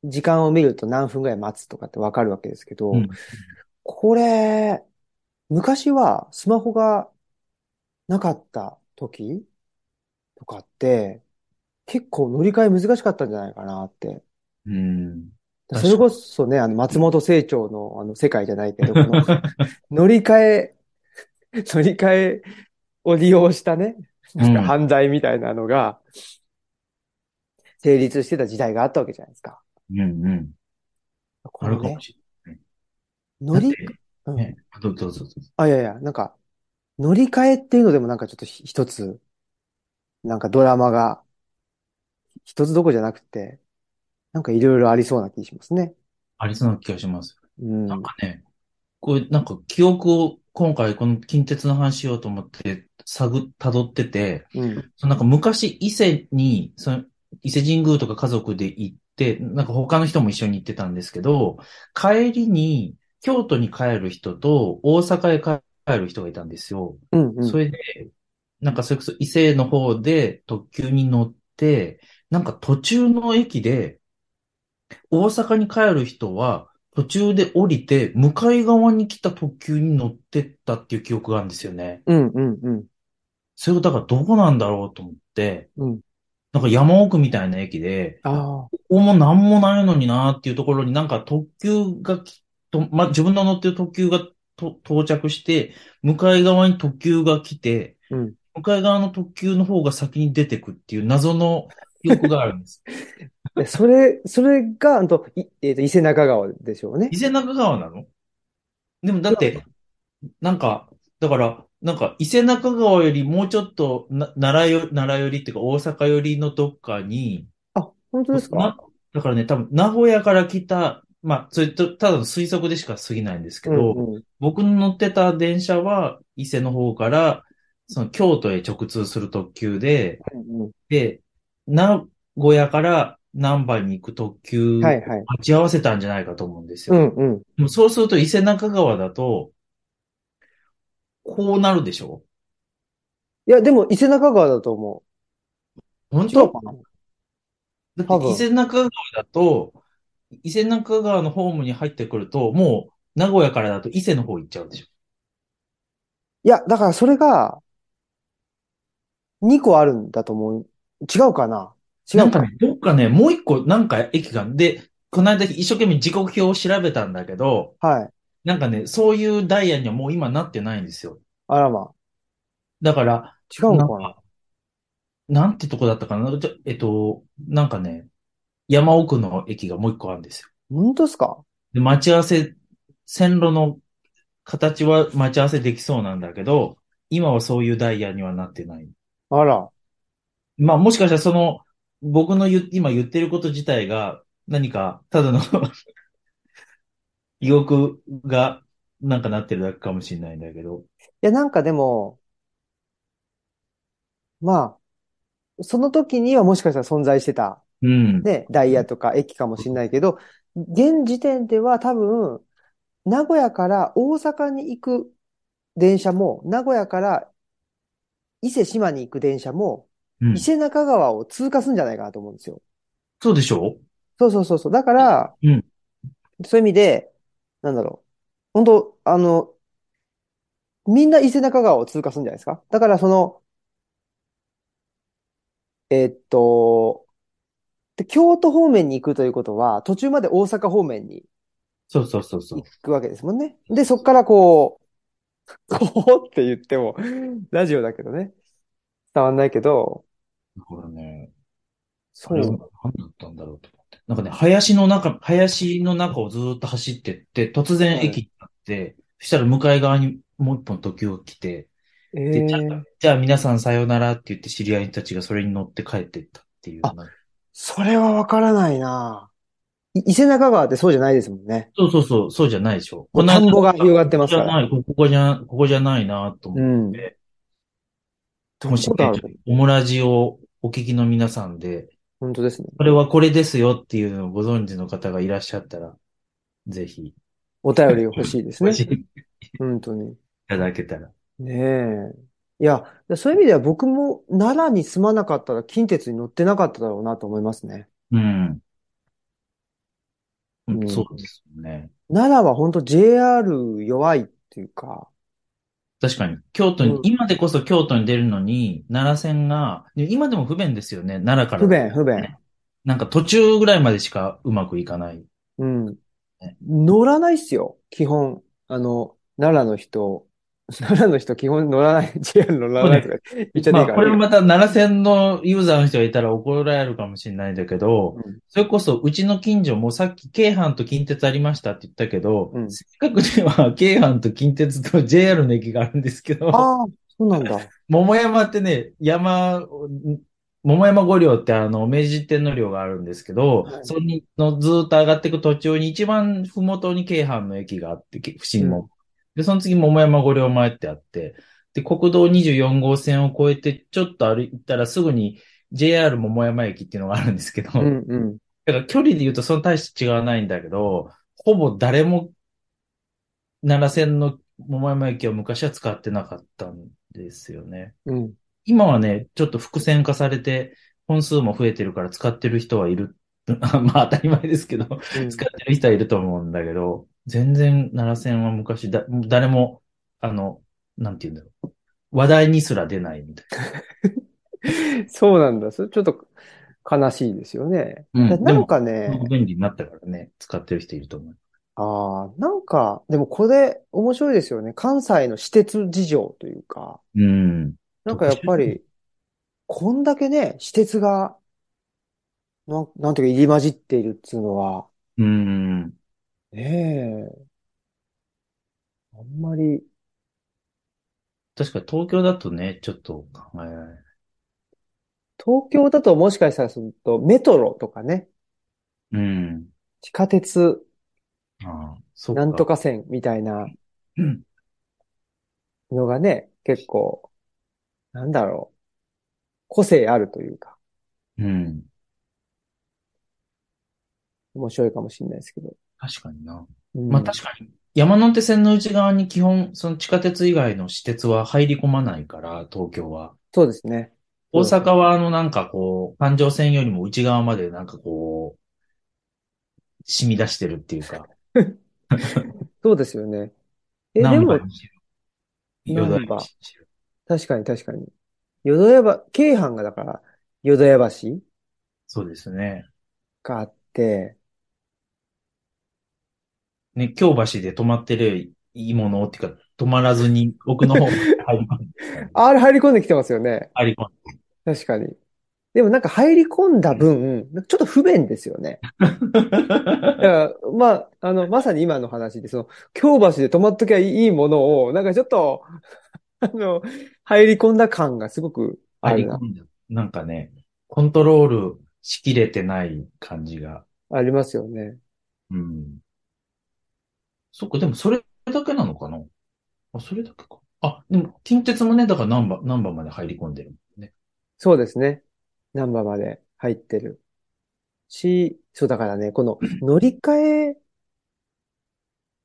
時間を見ると何分ぐらい待つとかってわかるわけですけど、
うん
これ、昔はスマホがなかった時とかって、結構乗り換え難しかったんじゃないかなって。
うん。
そ
確かに
れこそね、あの、松本清張の、あの、世界じゃないけど、この、 乗り換え、乗り換えを利用したね、なんか
うん
犯罪みたいなのが、成立してた時代があったわけじゃないですか。
うんうん。
こ
あ
れ
るか
ね
も、し
乗
れない。
り
だ、って
うん
ね、あどうぞどうぞ。
あ、いやいや、なんか、乗り換えっていうのでもなんかちょっとひ一つ、なんかドラマが、一つどこじゃなくて、なんかいろいろありそうな気しますね。
ありそうな気がします。
うん。
なんかね、こう、なんか記憶を今回この近鉄の話しようと思って、探っ、辿ってて、
うん。
そのなんか昔伊勢に、その伊勢神宮とか家族で行って、なんか他の人も一緒に行ってたんですけど、帰りに京都に帰る人と大阪へ帰る人がいたんですよ。
うん。うん。
それで、なんかそれこそ伊勢の方で特急に乗っって、なんか途中の駅で、大阪に帰る人は、途中で降りて、向かい側に来た特急に乗ってったっていう記憶があるんですよね。
うん、うん、うん。
それがだからどこなんだろうと思って、
うん。
なんか山奥みたいな駅で、
ああ。
ここもなんもないのになーっていうところになんか特急がきと、ま、自分の乗ってる特急がと到着して、向かい側に特急が来て、
うん
向かい側の特急の方が先に出てくっていう謎の記憶があるん です。
でそれ、それが、あのと、いえっと、伊勢中川でしょうね。
伊勢中川なのでもだって、なんか、だから、なんか伊勢中川よりもうちょっとな奈良よ、奈良寄りっていうか大阪寄りのどっかに、
あ、本当ですか
なだからね、多分、名古屋から来た、まあ、それと、ただの推測でしか過ぎないんですけど、
うん、うん。
僕の乗ってた電車は、伊勢の方から、その京都へ直通する特急で、
うん
で、名古屋から南波に行く特
う
急、
んはい、はい。
待ち合わせたんじゃないかと思うんです
う
よ。
ん、うん。
でもそうすると、伊勢中川だと、こうなるでしょ
いや、でも、伊勢中川だと思
本
う。違
当
うかな
だっ
多
て
分
伊勢中川だと、伊勢中川のホームに入ってくると、もう名古屋からだと伊勢の方行っちゃうでしょ。
いや、だからそれが、2個あるんだと思う。違うかな違
なん
う
か
か。
ね、どっかね、もう一個なんか駅が、で、この間一生懸命時刻表を調べたんだけど、
はい。
なんかね、そういうダイヤにはもう今なってないんですよ。
あらま。
だから、
違うの
なん
かな
か、なんてとこだったかな。ちょえっと、なんかね、山奥の駅がもう一個あるんですよ。
本当ですか
で、待ち合わせ、線路の形は待ち合わせできそうなんだけど、今はそういうダイヤにはなってない。
あら。
まあもしかしたらその、僕の言う今言ってること自体が、何か、ただの 意欲が、なんかなってるだけかもしれないんだけど。
いや、なんかでも、まあ、その時にはもしかしたら存在してた、
うん。
ね、ダイヤとか駅かもしれないけど、現時点では多分、名古屋から大阪に行く電車も、名古屋から伊勢島に行く電車も、
うん
伊勢中川を通過するんじゃないかなと思うんですよ。
そうでしょ
そうそうそうそう。だから、
うん
そういう意味で、なんだろう。本当あの、みんな伊勢中川を通過するんじゃないですか。だからその、えっと、で京都方面に行くということは、途中まで大阪方面に
そうそうそうそう
行。くわけですもんね。で、そっからこう、 こうって言っても、ラジオだけどね。伝わんないけど、
だからね、あ
そ
れは
う
何。だったんだろうと思って。なんかね、林の中、林の中をずーっと走ってって、突然駅になって、そしたら向かい側にもう一本時を来て、
え
で、
ー
じゃあじゃあ皆さんさようならって言って知り合いたちがそれに乗って帰ってったっていう。
あそれはわからないない伊勢中川ってそうじゃないですもんね。
そうそうそう、そうじゃないでしょ。この
田んぼが
間
広がってますか
じゃ
ら。
ない、ここじゃ、ここじゃないなと
う
思っ
ん。
て、
ど
もし
こだ
ね
ろう、
オムラジをお聞きの皆さんで、
本当ですね。
これはこれですよっていうのをご存知の方がいらっしゃったら、ぜひ、
お便り欲しいです
教え
ね。
てい
本当に。
ただけたら。
ねえ。いや、そういう意味では僕も奈良に住まなかったら近鉄に乗ってなかっただろうなと思いますね。
うん。
ん
そうですよね。
奈良は本当 JR 弱いっていうか、
確かに、京都に、
うん
今でこそ京都に出るのに、奈良線が、で今でも不便ですよね、奈良から。
不便、不便。
なんか途中ぐらいまでしかうまくいかない。
うん。乗らないっすよ。基本。あの、奈良の人、 奈良の人基本乗らない。JR 乗らないとか言っちゃってい
ま
い
あ、
からね
これもまた奈良線のユーザーの人がいたら怒られるかもしれないんだけど、
うん
それこそうちの近所もさっき京阪と近鉄ありましたって言ったけど、
うん
せっかくでは京阪と近鉄と JR の駅があるんですけど、
ああ、そうなんだ。
桃山ってね、山、ん桃山五両ってあの、明治天皇陵があるんですけど、
はい
それにのずーっと上がっていく途中に一番ふもとに京阪の駅があって、け不審門。で、その次桃山五両前ってあって、で、国道24号線を越えてちょっと歩いたらすぐに JR 桃山駅っていうのがあるんですけど、
うんうん。
だから距離で言うとその大して違わないんだけど、ほぼ誰も奈良線の桃山駅を昔は使ってなかったんですよね。
うん。
今はね、ちょっと伏線化されて、本数も増えてるから使ってる人はいる。 まあ当たり前ですけど、
うん
使ってる人はいると思うんだけど、全然奈良線は昔だ、誰も、あの、なんて言うんだろう。話題にすら出ないみたい
そうなんだ。それちょっと悲しいですよね。な
な。うん。で
ん
も、
かね、
便利になったからね、使ってる人いると思う。
ああ、なんか、でもこれ面白いですよね。関西の私鉄事情というか、
うん。
なんかやっぱり、こんだけね、私鉄が、なん、なんていうか入り混じっているっていうのは、
うん。
ねえ、あんまり、
確か東京だとね、ちょっと考えられない。
東京だともしかしたらすると、メトロとかね、
うん。
地下鉄、
ああ、そう
なんとか線みたいな
うん
のがね、結構、なんだろう、個性あるというか、
うん。
面白いかもしれないですけど。
確かにな。
うん
まあ確かに、山手線の内側に基本、その地下鉄以外の私鉄は入り込まないから、東京は。
そうですね。
大阪はあのなんかこう、環状線よりも内側までなんかこう、染み出してるっていうか。
そうですよね。え、で
ナンバ
も
ー、にしろ。
ナ
ヨ
ン
ド
バ
バ
ー
シにしろ
確かに確かに。淀屋橋、京阪がだから、淀屋橋
そうですね。
があって、
ね、京橋で止まってるいいものっていうか、止まらずに奥の方まで入り込んできたんで
あれ入り込んできてますよね。
入り込んで
確かに。でもなんか入り込んだ分、なんかちょっと不便ですよね。 だから、まあ、あの、まさに今の話で、その、京橋で止まっときゃいいものを、なんかちょっと、 あの、入り込んだ感がすごくあ
入り
る
込
な。
んだ。なんかね、コントロールしきれてない感じが。
ありますよね。
うん。そっか、でもそれだけなのかなあ、それだけか。あ、でも、近鉄もね、だから何番、何番まで入り込んでるもんね。
そうですね。ナンバーまで入ってる。し、そうだからね、こ の乗り換え、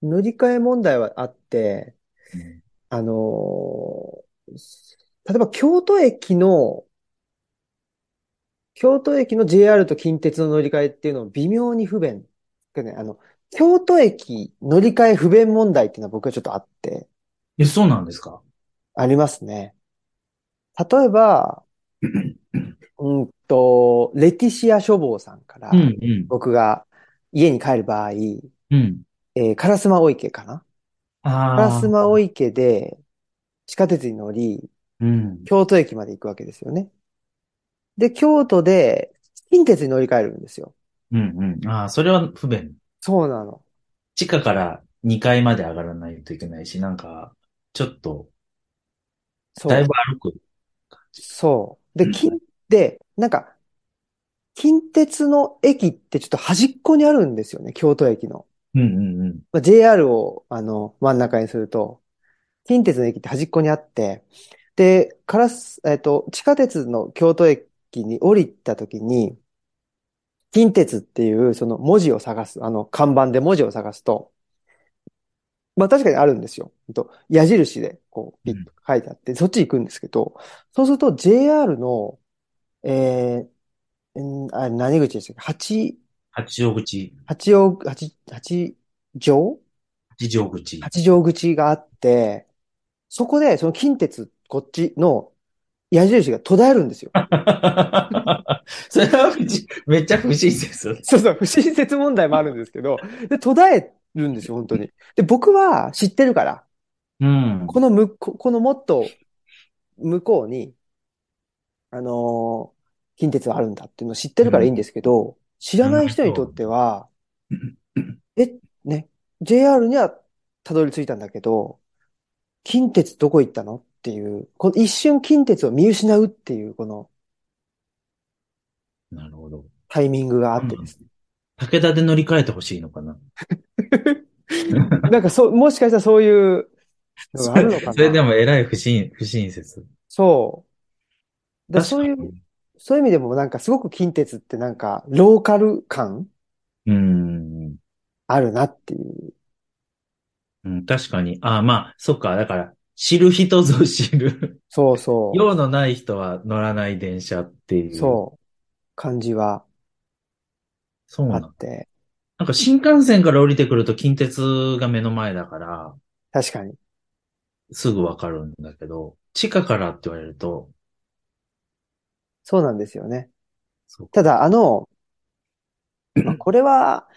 乗り換え問題はあって、あのー例えば京都駅の、京都駅の JR と近鉄の乗り換えっていうのを微妙に不便。でね、あの、京都駅乗り換え不便問題っていうのは僕はちょっとあって、
え、そうなんですか
ありますね。例え ば、うんと、レティシア書房さんから、
うん、うん、
僕が家に帰る場合、
うん。
えー、烏丸御池かな
ああ。
烏丸御池で地下鉄に乗り、
うん。
京都駅まで行くわけですよね。で、京都で近鉄に乗り換えるんですよ。
うん、うん。ああ、それは不便。
そうなの。
地下から2階まで上がらないといけないし、なんか、ちょっと、
そう。
だいぶ歩く。
そう。で、
うん
近、で、なんか、近鉄の駅ってちょっと端っこにあるんですよね、京都駅の。
うん、うん、うん。
まあ、JR を、あの、真ん中にすると、近鉄の駅って端っこにあって、で、からす、えっと、地下鉄の京都駅に降りたときに、近鉄っていうその文字を探す、あの、看板で文字を探すと、まあ確かにあるんですよ。ほんと矢印で、こう、ピッと書いてあって、そっち行くんですけど、そうすると JR の、えー、んあれ何口でしたっけ八、
八条口、
八王、八、八条
八条 口。
八条口があって、そこでその近鉄こっちの矢印が途絶えるんですよ。
それは不自めっちゃ不親切ですよね。
そうそう、不親切問題もあるんですけど、で、途絶えるんですよ、本当に。で、僕は知ってるから、
うん。
このむ、ここのもっと向こうに、あのー近鉄はあるんだっていうのを知ってるからいいんですけど、知らない人にとっては、え、ね、JR にはたどり着いたんだけど、近鉄どこ行ったのっていう、この一瞬近鉄を見失うっていう、この
なるほど。
タイミングがあってですね。
武田で乗り換えてほしいのかな。
なんかそう、もしかしたらそういうのがあるのかな。
それでも偉い不親、不親切。
そう。だ
確
そう
か
い
に
う、そういう意味でもなんかすごく近鉄ってなんかローカル感
うん。
あるなっていう。
うん、確かに。ああ、まあ、そっか。だから、知る人ぞ知る。
そうそ。
用のない人は乗らない電車っていうう。
そ感じは
そう
あ
なの
っ。て、
なんか新幹線から降りてくると近鉄が目の前だから、
確かに。
すぐわかるんだけど、地下からって言われると、
そうなんですよね。
そう
ただ、あ の、まあこれは、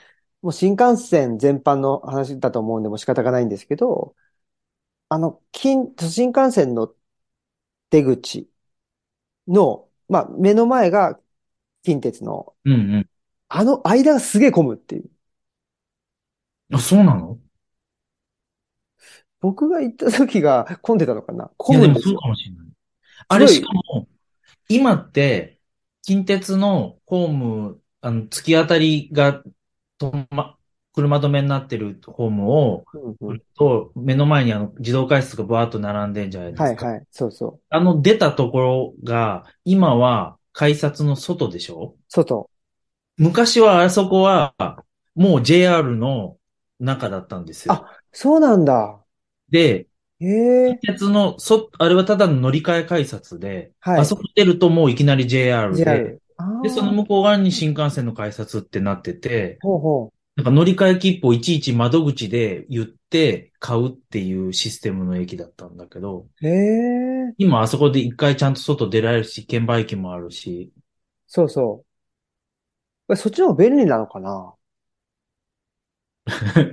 もう新幹線全般の話だと思うんで、もう仕方がないんですけど、あの、近、新幹線の出口の、まあ、目の前が近鉄の、
うんうん。
あの間がすげえ混むっていう。
あ、そうなの
僕が行った時が 混んでたのかない混
や、で
むん
も
です
そう
よ。
かもしれない。あれ
す
し
ごい
かも、今って、近鉄のホーム、あの、突き当たりが、とま、車止めになってるホームを、
うんうん
と、目の前にあの、自動改札がバーッと並んでんじゃないですか。
はいはい。そうそう。
あの、出たところが、今は改札の外でしょ
外。
昔はあそこは、もう JR の中だったんですよ。
そうなんだ。
で、
へえ。
地下鉄の、そ、あれはただの乗り換え改札で、
はい
あそこ出るともういきなり JR で、
JR。ああ。
で、その向こう側に新幹線の改札ってなってて、
ほうほ
なんか乗り換え切符をいちいち窓口で言って買うっていうシステムの駅だったんだけど、
う。へえ。
今あそこで一回ちゃんと外出られるし、券売機もあるし、
そうそう。えそっちの方が便利なのかな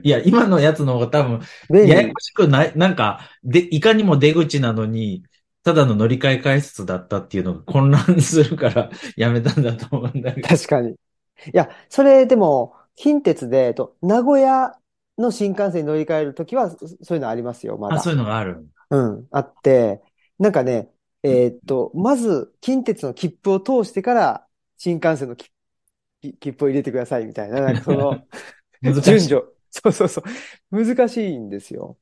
い
や、今のやつの方が多分、
便
やや
利
こ。しくない、なんか、で、いかにも出口なのに、ただの乗り換え改札だったっていうのが混乱するから、やめたんだと思うんだけど。
確かに。いや、それでも、近鉄で、えっと、名古屋の新幹線に乗り換えるときは、そそういうのありますよ、ま
あ、
だ
そう。いうのがある。
うん、あって、なんかね、えーっと、まず、近鉄の切符を通してから、新幹線の切切切符を入れてください、みたいな、なんかその、
難しい。
順序。そうそうそう。難しいんですよ。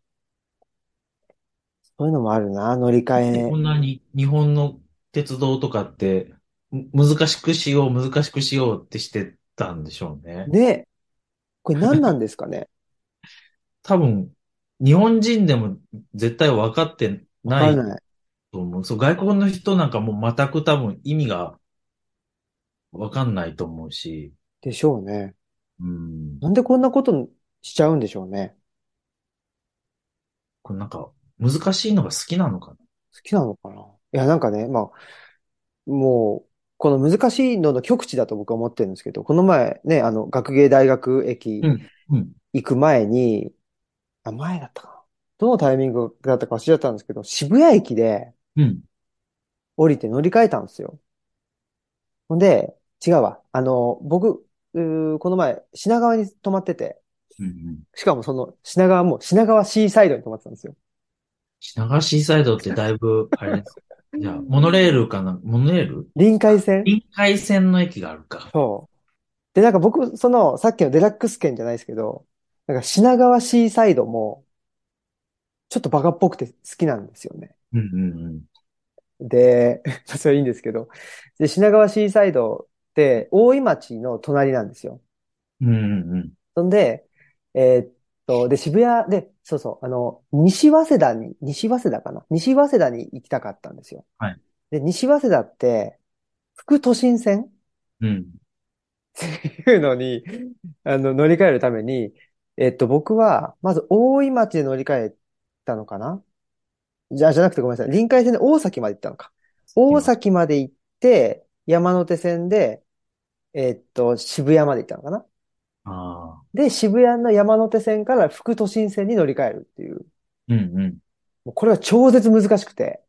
そういうのもあるな、乗り換え。
こんなに日本の鉄道とかって、む難しくしよう、難しくしようってしてたんでしょうね。
ね、これ何なんですかね。
多分、日本人でも絶対分かって
わか
なんい
ない。
と思う。そう、外国の人なんかもう全く多分意味が分かんないと思うし。
でしょうね。
うん。
なんでこんなことしちゃうんでしょうね。
これなんか、難しいのが好きなのかな。
好きなのかないや、なんかね、まあ、もう、この難しいのの極致だと僕は思ってるんですけど、この前ね、あの、学芸大学駅
うん。うん。
行く前に、あ、前だったかな。どのタイミングだったか忘れちゃったんですけど、渋谷駅で
うん。
降りて乗り換えたんですよ。ほんで、違うわ。あの、僕、うーこの前、品川に泊まってて、
うんうん。
しかもその品川も品川シーサイドに泊まってたんですよ。
品川シーサイドってだいぶ、あれです。じゃあ、モノレールかなモノレール
臨海線
臨海線の駅があるか。
そう。で、なんか僕、その、さっきのデラックス券じゃないですけど、なんか品川シーサイドも、ちょっとバカっぽくて好きなんですよね。
うんうんうん。
で、 それいいんですけど、で、品川シーサイドって、大井町の隣なんですよ。
うんうんうん。
そんで、えーっと、で、渋谷で、そうそう、あの、西早稲田に、西早稲田かな西早稲田に行きたかったんですよ。
はい
で、西早稲田って、副都心線
うん。
っていうのに、あの、乗り換えるために、えっと、僕は、まず大井町で乗り換えたのかなじゃ、じゃなくてごめんなさい。臨海線で大崎まで行ったのか。大崎まで行って、山手線で、えっと、渋谷まで行ったのかな
ああ。
で、渋谷の山手線から副都心線に乗り換えるっていう。
うんうん。
もうこれは超絶難しくて。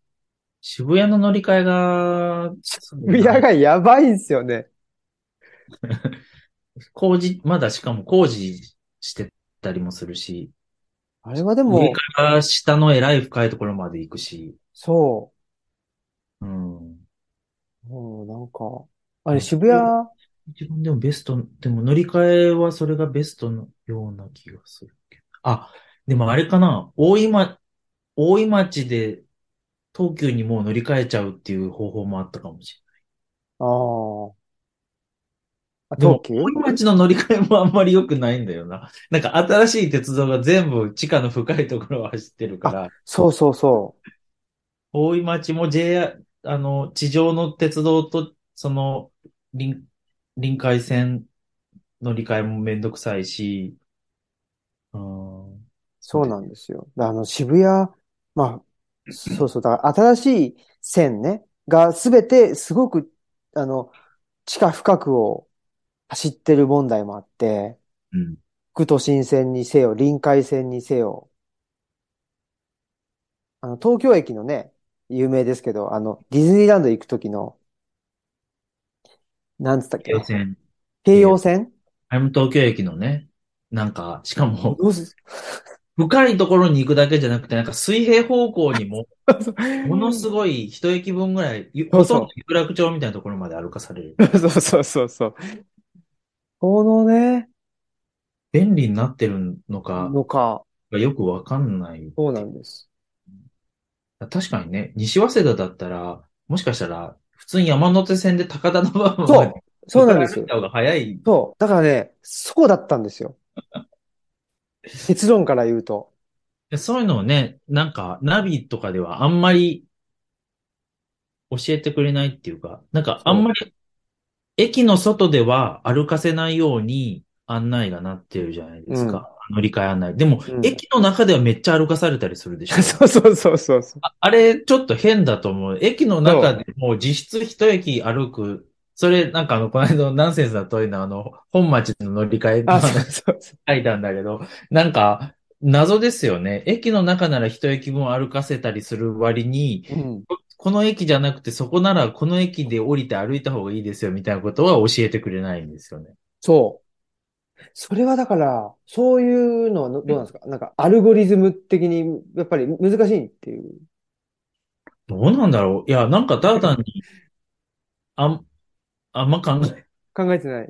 渋谷の乗り換えが、渋
渋谷がやばいんですよね。
工事、まだしかも工事してたりもするし、
あれはで
乗り
も
換、えが下の偉い深いところまで行くし、
そ
うん。
う。もうなんか、あれ渋谷、
自分でもベスト、でも乗り換えはそれがベストのような気がするけど。あ、でもあれかな、大井ま、大井町で東急にもう乗り換えちゃうっていう方法もあったかもし
あーあ。
れない。
東急
でも、大井町の乗り換えもあんまり良くないんだよな。なんか新しい鉄道が全部地下の深いところを走ってるから、
そうそうそう。
大井町も JR、あの、地上の鉄道と、その、臨臨海線乗り換えもめんどくさいし、うん、
そうなんですよ。あの、渋谷、まあ、そうそう、だから新しい線ね、がすべてすごく、あの、地下深くを走ってる問題もあって、
うん。
副都心線にせよ、臨海線にせよ、あの、東京駅のね、有名ですけど、あの、ディズニーランド行くときの、なんつったっけ、
京線。
京葉線
あれも東京駅のね、なんか、しかも、
どうす
深いところに行くだけじゃなくて、なんか水平方向にも、ものすごい一駅分ぐらい、ゆ
そ
ほ
うそう
とんど有楽町みたいなところまで歩かされる。
そうそうそうそう。このね、
便利になってるのか
のか、
がよくわかんない。
そうなんです。
確かにね、西早稲田だったら、もしかしたら、普通に山手線で高田の場まで
そう、そうなんです
歩
よ
い。た方が早い。
そう。だからね、そうだったんですよ。結論から言うと。
そういうのをね、なんか、ナビとかではあんまり教えてくれないっていうか、なんかあんまり、駅の外では歩かせないように案内がなってるじゃないですか。乗り換え案内。でも、
うん
駅の中ではめっちゃ歩かされたりするでしょ。
そうそうそうそうそう。
ああれ、ちょっと変だと思う。駅の中でもう実質一駅歩く。それ、なんかあの、この間のナンセンスな問いのあの、本町の乗り換えの
あ、
話
そうそうそう。
書いたんだけど、なんか、謎ですよね。駅の中なら一駅分歩かせたりする割に、
うん、
この駅じゃなくてそこならこの駅で降りて歩いた方がいいですよみたいなことは教えてくれないんですよね。
そう。それはだから、そういうのはどどうなんですかなんか、アルゴリズム的に、やっぱり難しいっていう。
どうなんだろういや、なんかただ単に、あん、あんま考え
考えてない。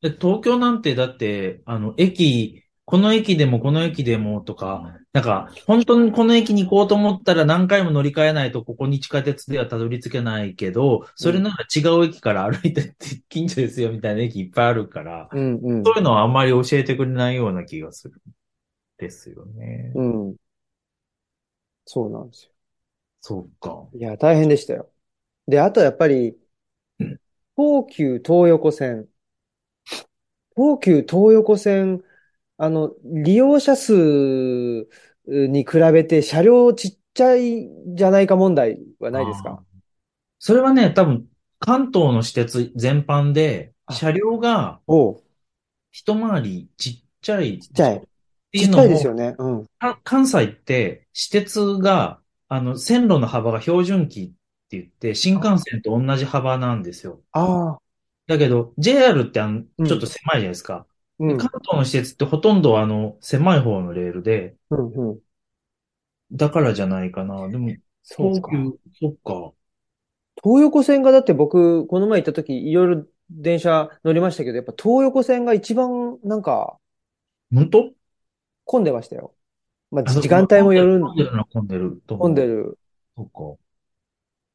で東京なんてだって、あの、駅、この駅でもこの駅でもとか、なんか、本当にこの駅に行こうと思ったら何回も乗り換えないとここに地下鉄ではたどり着けないけど、それなら違う駅から歩いてって近所ですよみたいな駅いっぱいあるから、
うん、うん
そういうのはあんまり教えてくれないような気がする。ですよね。。
うん。そうなんですよ。
そうか。
いや、大変でしたよ。で、あとやっぱり
うん、
東急東横線。東急東横線、あの、利用者数に比べて車両ちっちゃいじゃないか問題はないです
あー
か
それはね、多分、関東の私鉄全般で、車両が
おう、
一回りちっちゃい。ち
ちっちゃい。
て
ち
い
っち
うの
ゃい
も
ですよね。うん。
か関西って、私鉄が、あの、線路の幅が標準期って言って、新幹線と同じ幅なんですよ。
ああ、
だけど、JR ってあの、
うん
ちょっと狭いじゃないですか。
うん、うん
関東の施設ってほとんどあの、狭い方のレールで、、
うん。
だからじゃないかな。でも、
そうか。
東急、そっか。
東横線がだって僕、この前行った時、いろいろ電車乗りましたけど、やっぱ東横線が一番なんか
本当
混んでましたよ。まあ、時間帯もよるん
混んでるのは混んでると思う。
混んで。る。
そっか。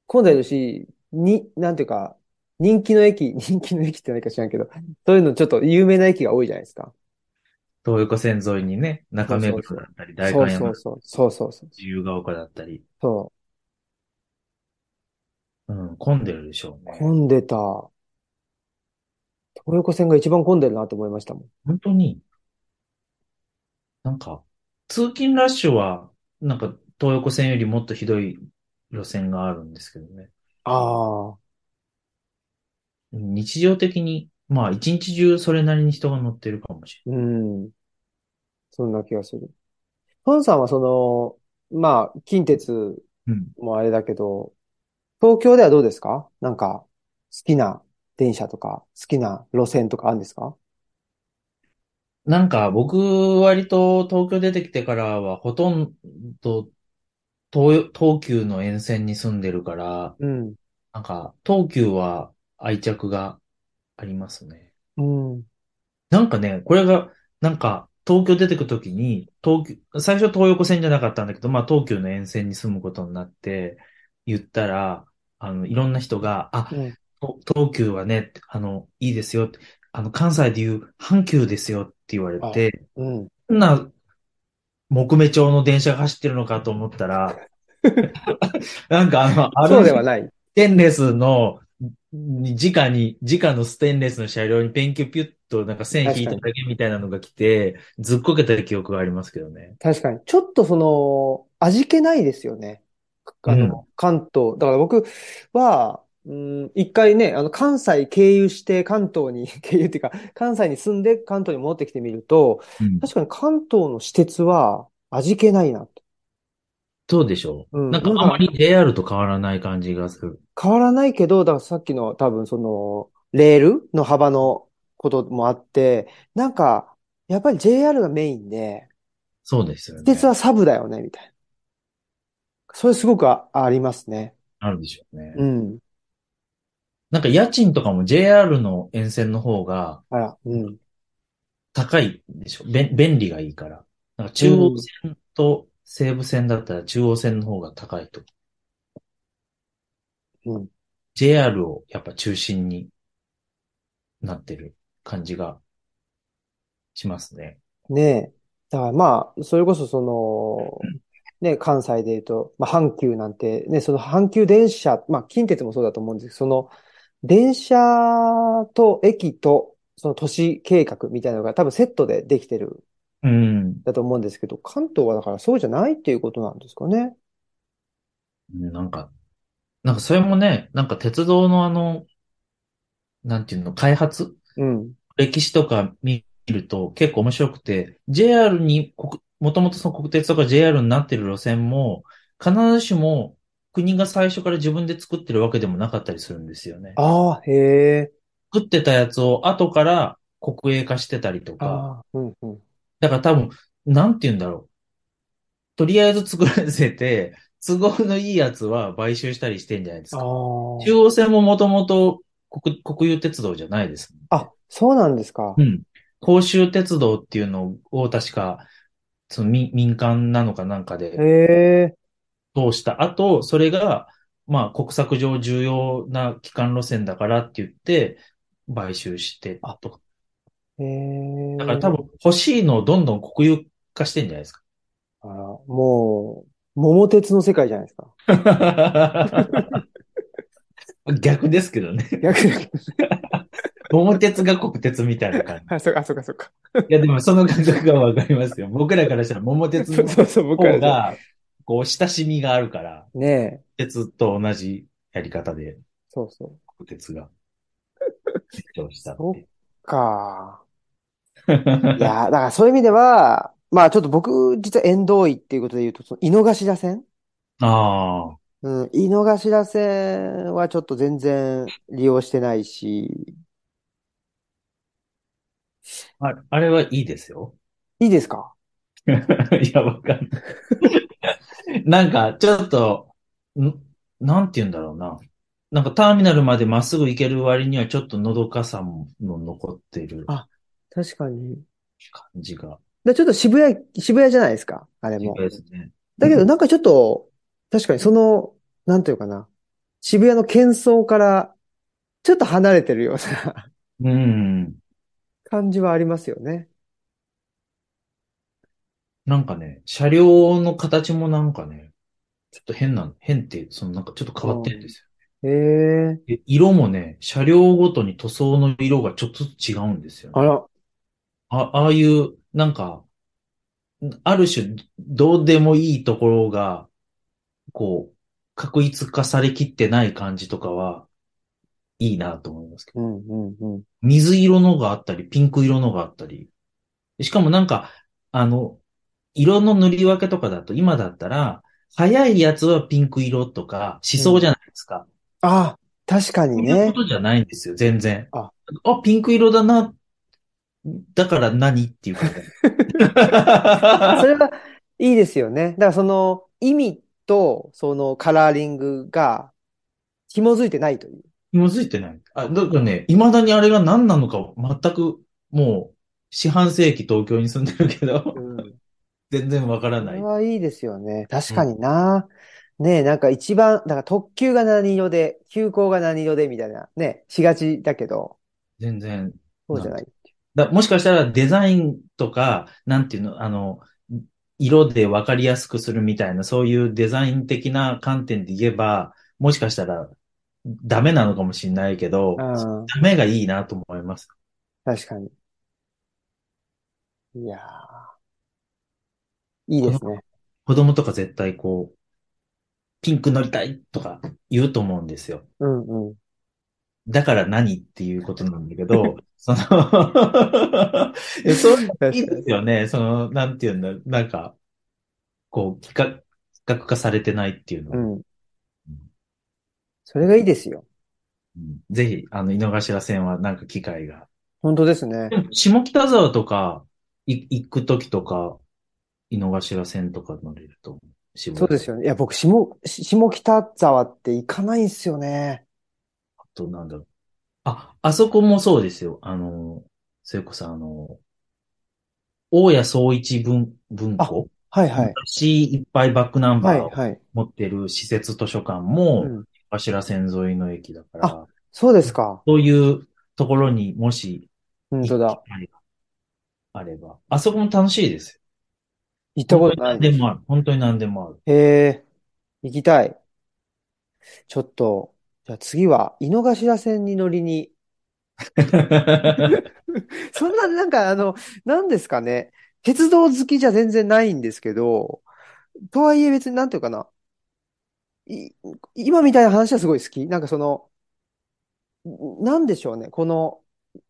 混んでるし、に、なんていうか、人気の駅、 人気の駅って何か知らんけど、そういうのちょっと有名な駅が多いじゃないですか。
東横線沿いにね、中目黒だったり、代
そう
官山、
そうそう。そうそうそう。
自由が丘だったり。
そ
うん、混んでるでしょう
う。
ね。
混んでた。東横線が一番混んでるなと思いましたもん。
本当に、なんか、通勤ラッシュは、なんか、東横線よりもっとひどい路線があるんですけどね。
ああ。
日常的に、まあ、一日中それなりに人が乗ってるかもし
うん。そんな気がする。トンさんはその、まあ、近鉄
れない。うん。
もあれだけど、東京ではどうですかなんか、好きな電車とか、好きな路線とかあるんですか
なんか、僕、割と東京出てきてからは、ほとんど、東、東急の沿線に住んでるから、
うん。
なんか、東急は愛着がありますね。
うん。
なんかね、これが、なんか、東京出てくときに、東京、最初東横線じゃなかったんだけど、まあ東京の沿線に住むことになって、言ったら、あの、いろんな人が、あ、
うん
と東急はね、あの、いいですよって、あの、関西で言う阪急ですよって言われて、
うん。
こんな、木目調の電車が走ってるのかと思 ったら、なんかあの、あ
そう
る
ではない。
ステンレスの直に、直のステンレスの車両にペンキをピュッとなんか線引いただけみたいなのが来て、ずっこけた記憶がありますけどね。
確かに。ちょっとその、味気ないですよね。あの、
うん
関東。だから僕は、うん、一回ね、あの、関西経由して関東に、 経由っていうか、関西に住んで関東に戻ってきてみると、
うん
確かに関東の私鉄は味気ないなと。
どうでしょう、
うん
なんかあまり JR と変わらない感じがする。
変わらないけど、だからさっきの多分その、レールの幅のこともあって、なんか、やっぱり JR がメインで、
そうですよね。
私鉄はサブだよね、みたいな。それすごくあありますね。
あるでしょうね。
うん。
なんか家賃とかも JR の沿線の方が
あら、うん。
高いんでしょ。べん便利がいいから。なんか中央線と西武線だったら中央線の方が高いと。
うん。
JR をやっぱ中心になってる感じがしますね。
ねえ。だからまあ、それこそその、ね、関西で言うと、まあ、阪急なんて、ね、その阪急電車、まあ、近鉄もそうだと思うんですけど、その、電車と駅と、その都市計画みたいなのが多分セットでできてるん
うん。
だと思うんですけど、関東はだからそうじゃないっていうことなんですかね。
なんか、なんかそれもね、なんか鉄道のあの、なんていうの、開発
うん。
歴史とか見ると結構面白くて、JR に国、もともとその国鉄とか JR になってる路線も、必ずしも国が最初から自分で作ってるわけでもなかったりするんですよね。
ああ、へえ。
作ってたやつを後から国営化してたりとか、
ああ、うん、うん。
だから多分、なんて言うんだろう。とりあえず作らせて、都合のいいやつは買収したりしてんじゃないです
あ
か。
あ。
中央線ももともと国、国有鉄道じゃないですもんね。
あ、そうなんですか。
うん。甲州鉄道っていうのを確か、その民民間なのかなんか
へ
で
え。
通した後、それが、まあ国策上重要な基幹路線だからって言って、買収して
あ
とか。
へえ。
だから多分欲しいのをどんどん国有化してんじゃない ですか。
あら、もう、桃鉄の世界じゃないです か。
逆ですけどね。
逆に。
桃鉄が国鉄みたいな感じ。
あ、そうか、そうか、そうか。
いや、でもその感覚がわかりますよ。僕らからしたら桃 鉄
そ
の
うそうそう、僕ら
方
じゃ
が、こう、親しみがあるから、
ねえ、
鉄と同じやり方で、
そうそう。
国鉄が、成長したって
そ
いう。
っか。いやー、だからそういう意味では、まあちょっと僕、実は縁遠いっていうことで言うと、その井の頭線
ああ、
うん、井の頭線はちょっと全然利用してないし、
ああれはいいですよ。
いいですか
いや、わかんない。 なんか、ちょっと、ん、なんて言うんだろうな。なんかターミナルまでまっすぐ行ける割にはちょっとのどかさも残ってる
あ
感
確かに。
じが
で、ちょっと渋谷、渋谷じゃないですか、あれ
違
も。
うですね。
だけどなんかちょっと、確かにその、なんていうかな、渋谷の喧騒から、ちょっと離れてるような
うん。
感じはありますよね。
なんかね、車両の形もなんかね、ちょっと変な、変っていう、そのなんかちょっと変わってるんです
へえ、
よ。で色もね、車両ごとに塗装の色がちょっとずつ違うんですよね、
あら、
あ、ああいう、なんか、ある種、どうでもいいところが、こう、確一化されきってない感じとかは、いいなと思いますけど。
うん、うん、うん。
水色のがあったり、ピンク色のがあったり。しかもなんか、あの、色の塗り分けとかだと、今だったら、早いやつはピンク色とか、しそうじゃないですか。
あ、確かに
そういう
ね
こ。とじゃないんですよ、全然。
あ
ピンク色だな。だから何ってい う感
そ
じ。
れはいいですよね。だからその意味とそのカラーリングが紐づいてないという。
紐づいてない。あ、だからね、未だにあれが何なのか全く、もう、四半世紀東京に住んでるけど、 全然わから
そ
な
れ
い。
はいいですよね。確かにな。ねえ、なんか一番、だから特急が何色で、急行が何色でみたいな、ね、しがちだけど、
全然。
そうじゃない。
だもしかしたらデザインとか、なんていうの、あの、色でわかりやすくするみたいな、そういうデザイン的な観点で言えば、もしかしたらダメなのかもしれないけど、
うん、
ダメがいいなと思います。
確かに。いやー、いいですね。
子供とか絶対こう、ピンク乗りたいとか言うと思うんですよ。
うんうん。
だから何っていうことなんだ けど、そのえ、そう いうのいいですよね。その、なんていうんだ、なんか、こう、企画、企画化されてないっていうの
う
は、
ん。それがいいですよ。
うんぜひ、あの、井の頭線はなんか機会が。
本当ですね
で。も下北沢とか、い行くときとか、井の頭線とか乗れると思う。そう
そうですよね。いや、僕、下、下北沢って行かないんすよね。
あと、なんだろう。あ、あそこもそうですよ。あの、それこそあの、大谷総一文、文庫
はいはい。
昔いっぱいバックナ
は
ンバ
い
ーを
はい。
持ってる施設図書館
う
も、
ん。
柱線沿いの駅だから
あ、そうですか。
そういうところにもし、
本当だ。。
あれば。あそこも楽しいです
行った
よ。
ことない
本当に何でもある。本当に何でもある。
へえ、行きたい。ちょっと、じゃあ次は、井の頭線に乗りに。 そんな、なんか、あの、なんですかね。鉄道好きじゃ全然ないんですけど、とはいえ別に、なんていうかな。い、今みたいな話はすごい好き。なんかその、なんでしょうね。この、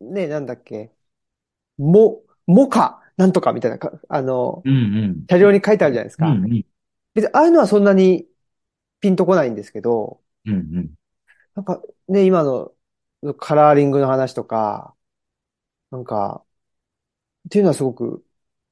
ね、なんだっけ。も、もか、なんとかみたいなか、あの、
うんうん。
車両に書いてあるじゃないです
う
か。
んうん。
別に、ああいうのはそんなにピンとこないんですけど、
うんうん。
なんかね、今のカラーリングの話とか、なんか、っていうのはすごく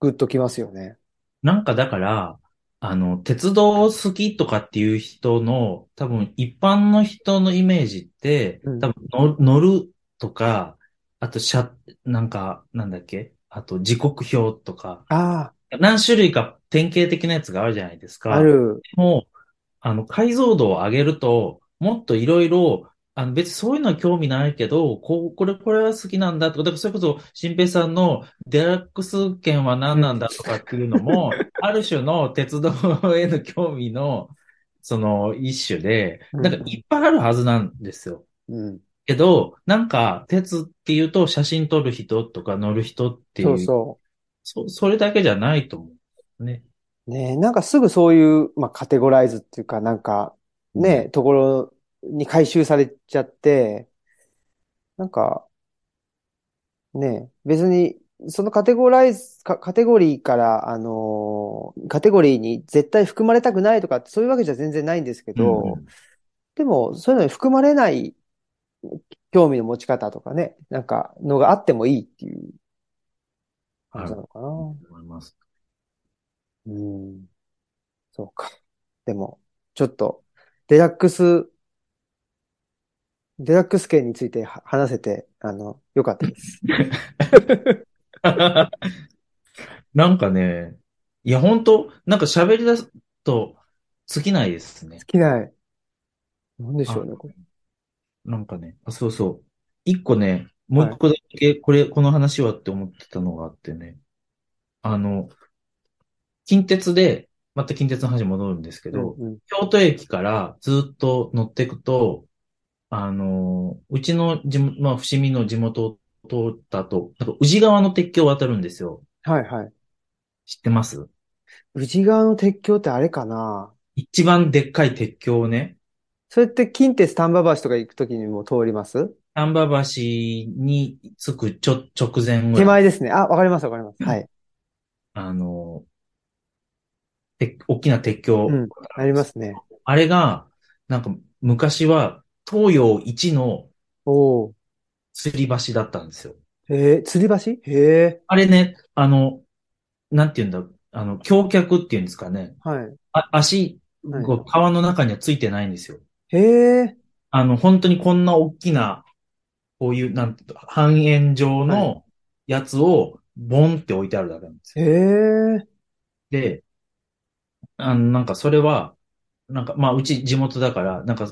グッときますよね。
なんかだから、あの、鉄道好きとかっていう人の、多分一般の人のイメージって
うん、
多分の乗るとか、あと車、なんか、なんだっけあと時刻表とか、
あ
何種類か典型的なやつがあるじゃないです
あ、
か。
ある。
もう、あの、解像度を上げると、もっといろいろ、あの、別にそういうのは興味ないけど、こう、これ、これは好きなんだとか、だからそれこそ、新平さんのデラックス券は何なんだとかっていうのも、ある種の鉄道への興味の、その一種で、
うん
なんかいっぱいあるはずなんですよ。
うん。
けど、なんか、鉄っていうと、写真撮る人とか乗る人ってい
そう
う、
そ
そ、それだけじゃないと思う。ね。
う。ねなんかすぐそういう、まあ、カテゴライズっていうか、なんか、ね、ところに回収されちゃって、なんか、ね、別に、そのカテゴライズ、かカテゴリーから、あのーカテゴリーに絶対含まれたくないとか、そういうわけじゃ全然ないんですけ
うん
ど、でも、そういうのに含まれない興味の持ち方とかね、なんか、のがあってもいいっていう感じなのかな。
思います。
うん。そうか。でも、ちょっと、デラックス、デラックス券については話せて、あの、よかった です。
なんかね、いや、本当なんか喋り出すと尽きないですね
好。きない。なんでしょうね、これ。
なんかね、あ、そうそう。一個ね、もう一個だけ、これ、この話はって思ってたのがあってね。あの、近鉄で、また近鉄の話戻るんですけど、
うんうん
京都駅からずっと乗っていくと、あの、うちの地元、まあ、伏見の地元を通った後、なんか宇治川の鉄橋を渡るんですよ。
はいはい。
知ってます
宇治川の鉄橋ってあれかな
一番でっかい鉄橋をね、
それって近鉄丹波橋とか行くときにも通ります
丹波橋に着くちょ、直前ぐ
手
らい、
前ですね。あ、わかりますわかります。はい。
あの、て大きな鉄橋、
うんありますね。
あれが、なんか昔は東洋一の
おお。
吊り橋だったんですよ。
へえ、吊り橋へえ。
あれね、あの、なんて言うんだ、あの、橋脚っていうんですかね。
はい。
あ足、
はい
こう川の中にはついてないんですよ。
へえ。
あの、本当にこんな大きな、こういう、なんていうの半円状のやつを、ボンって置いてあるだけなんですよ。
へえ。
で、あの、なんかそれは、なんか、まあ、うち地元だから、なんか、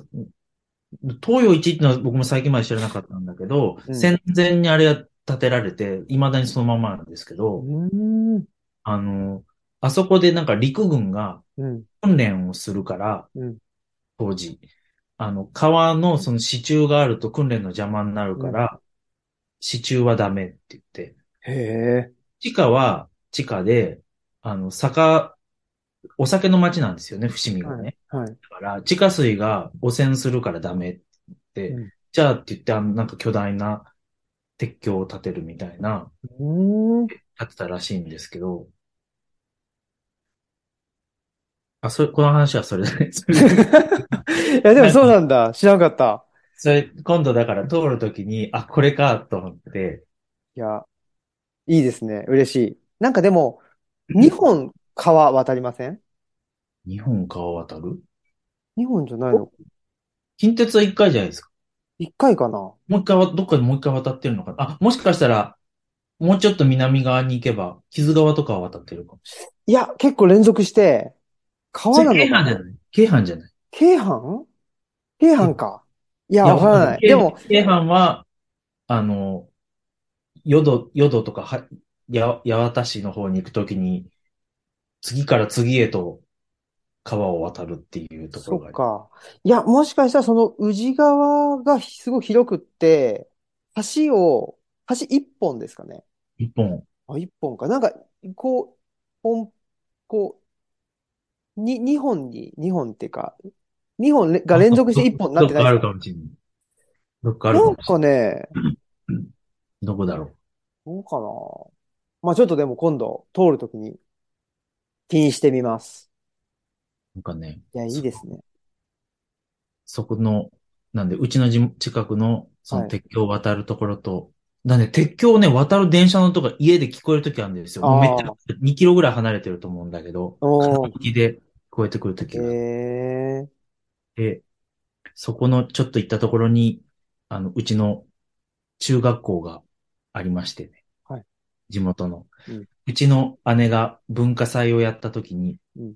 東洋一ってのは僕も最近まで知らなかったんだけど、
うん
戦前にあれが建てられて、未だにそのままなんですけ
う
ど、
ーん。
あの、あそこでなんか陸軍が
うん。
訓練をするから
うん、
当時。あの、川のその支柱があると訓練の邪魔になるから、支柱はダメって言って、
へえ。
地下は地下で、あの、坂、お酒の街なんですよね、伏見がね。
はい。
だから、地下水が汚染するからダメって言って、
うん
じゃあって言って、あの、なんか巨大な鉄橋を建てるみたいな、
うーん。
建てたらしいんですけど、あ、それ、この話はそれ だね。それ
いや、でもそうなんだ。知らなかった。
それ、今度だから通るときに、あ、これか、と思って、
いや、いいですね。嬉しい。なんかでも、2本川渡りません
日本川渡る
?2 本じゃないの
近鉄は一回じゃないですか。
1回かな
もう一回は、どっかでもう一回渡ってるのかなあ、もしかしたら、もうちょっと南側に行けば、木津川とかは渡ってるかもし
いや、結構連続して、川
れ
な
ない。そ
の
れ京
か
阪じゃ
な
ない京阪じゃ
京
ない
阪京阪か。いや、
いや
わからない。
京
でも、
京阪は、あの、淀、淀とかは、や、八幡市の方に行くときに、次から次へと川を渡るっていうとこ
そ
ろが
っ
ある。
か。いや、もしかしたらその宇治川がすごい広くって、橋を、橋1本ですかね。
一本。
あ、1本か。なんか、こう、ポン、こう、に、2本に、2本っていうか、2本れが連続して1本になってないですか
ど っかあるかもしれない。どっかあるか
な
も
ん
しれない。
かね、
どこだろ
どうかな。まあちょっとでも今度通るときに気にしてみます。
う。なんかね、
いや、いいですね。
そこの、なんで、うちのじ近くの、その
はい
鉄橋を渡るところと、なんで、鉄橋をね、渡る電車の音が家で聞こえるときあるんですよ。
あー
めっちゃ、2キロぐらい離れてると思うんだけど、
おー
片道で聞こえてくるとき
え
があっ
え
て、そこのちょっと行ったところに、あの、うちの中学校がありましてね。
はい
地元の
うん。
うちの姉が文化祭をやったときに
うん、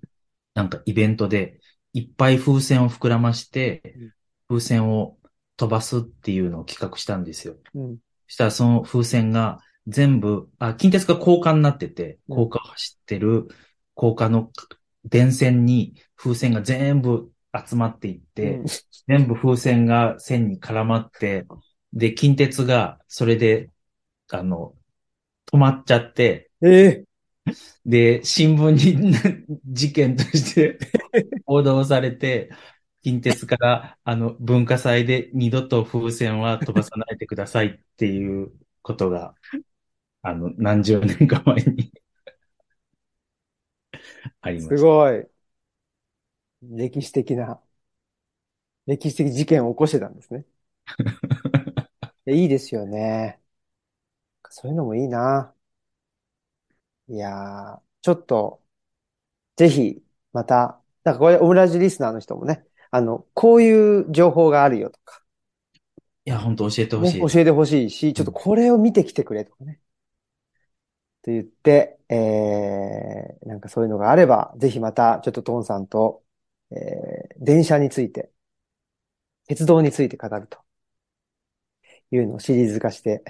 なんかイベントで、いっぱい風船を膨らまして
うん、
風船を飛ばすっていうのを企画したんですよ。
うん。
そしたらその風船が全部、あ、近鉄が高架になってて、
うん
高架を走ってる高架の電線に風船が全部集まっていって、
うん
全部風船が線に絡まって、で、近鉄がそれで、あの、止まっちゃって、
ええ
で、新聞に事件として 報道されて、近鉄から、あの、文化祭で二度と風船は飛ばさないでくださいっていうことが、あの、何十年か前に ありますした。
ごい。歴史的な、歴史的事件を起こしてたんです ね。いやいいですよね。そういうのもいいな。いやー、ちょっと、ぜひ、また、なんかこれ、オムラジリスナーの人もね、あの、こういう情報があるよとか、
いや、本当教えてほ
ね、
しい。
教えてほしいし、ちょっとこれを見てきてくれとかね。と言って、えー、なんかそういうのがあれば、ぜひまた、ちょっとトーンさんと、えー、電車について、鉄道について語るというのをシリーズ化して、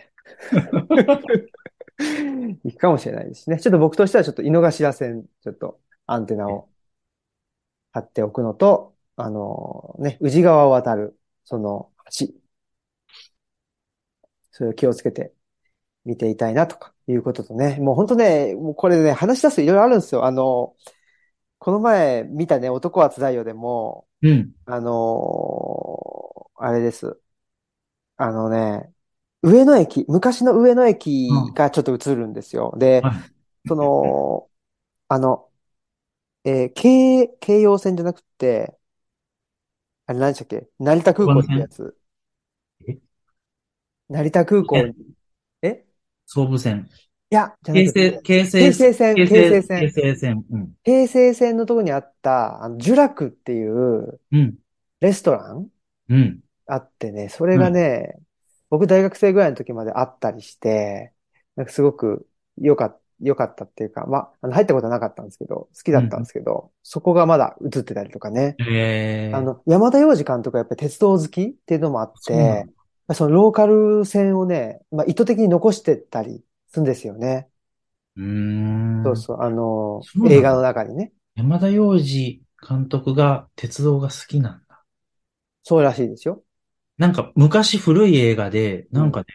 いくかもしれないですね。ちょっと僕としては、ちょっと井の頭線、ちょっとアンテナを張っておくのと、あのね、宇治川を渡る、その橋。それを気をつけて見ていたいなとかいうこととね、もう本当ね、もうこれね、話し出すといろいろあるんですよ。あの、この前見たね、男はつらいよでも、
うん。
あのーあれです。あのね、上野駅、昔の上野駅がちょっと映るんですよ。で
はい、
その、あの、えー京、京葉線じゃなくて、あれ何でしたっけ成田空港行くやつ
え。
成田空港に、え
総武線。
いや、じゃな
京
くて、
成、京
京
成、
成線、京成線。
京成線。うん。
京成線のとこにあった、あの、聚楽っていう
うん。
レストラン
うん。
あってね、それがね、僕大学生ぐらいの時まであったりして、なんかすごく良かった、良かったっていうか、まあ、あの入ったことはなかったんですけど、好きだったんですけど、そこがまだ映ってたりとかね。
えー。
あの、山田洋次監督はやっぱり鉄道好きっていうのもあっ
そうなんだ
て、そのローカル線をね、まあ、意図的に残してたりするんですよね。
うーん。
そうそう、あの
そうな、んだ
映画の中にね。
山田洋次監督が鉄道が好きなんだ。
そうらしいですよ。
なんか昔古い映画で、
うん
なんかね、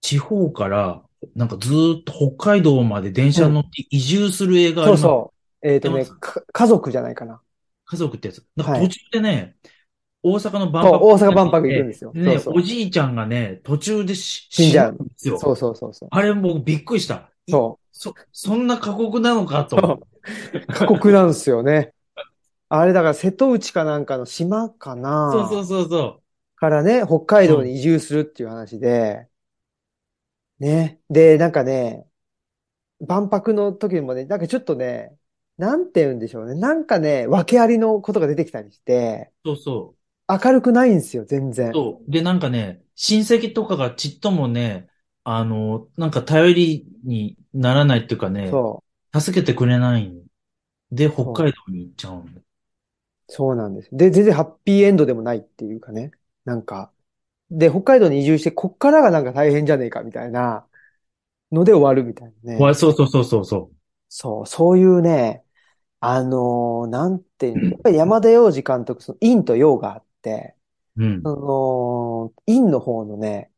地方から、なんかずーっと北海道まで電車に乗って移住する映画あ
そう
ります
そう。えっとね、
出ます
か家族じゃないかな。
家族ってやつ。なんか
はい
途中でね、大阪の万
そう、
博
大阪万博行くんですよ。
ね、
そうそう
お。じいちゃんがね、途中でし
死んじゃう
死ぬんですよ。
そうそうそうそう。
あれ僕びっくりした。い
そ
そ、そんな過酷なのかと。
う。過酷なんですよね。あれだから瀬戸内かなんかの島かな
そうそうそうそ
からね、北海道に移住するっていう話で、ね。で、なんかね、万博の時にもね、なんかちょっとね、なんて言うんでしょうね。なんかね、訳ありのことが出てきたりして、
う。そうそ
明るくないんですよ、全然
う。。そう。で、なんかね、親戚とかがちっともね、あの、なんか頼りにならないっていうかね、
そ
助けてくれないんで、北海道に行っちゃうんだ。
う。そうなんです。で、全然ハッピーエンドでもないっていうかね。なんか。で、北海道に移住して、こっからがなんか大変じゃねえか、みたいなので終わるみたいなね。
怖い、そうそうそうそうそ
そう、そういうね、あのーなんていうの、やっぱり山田洋次監督、その陰と陽があって、
う。うん。
その、陰の方のね、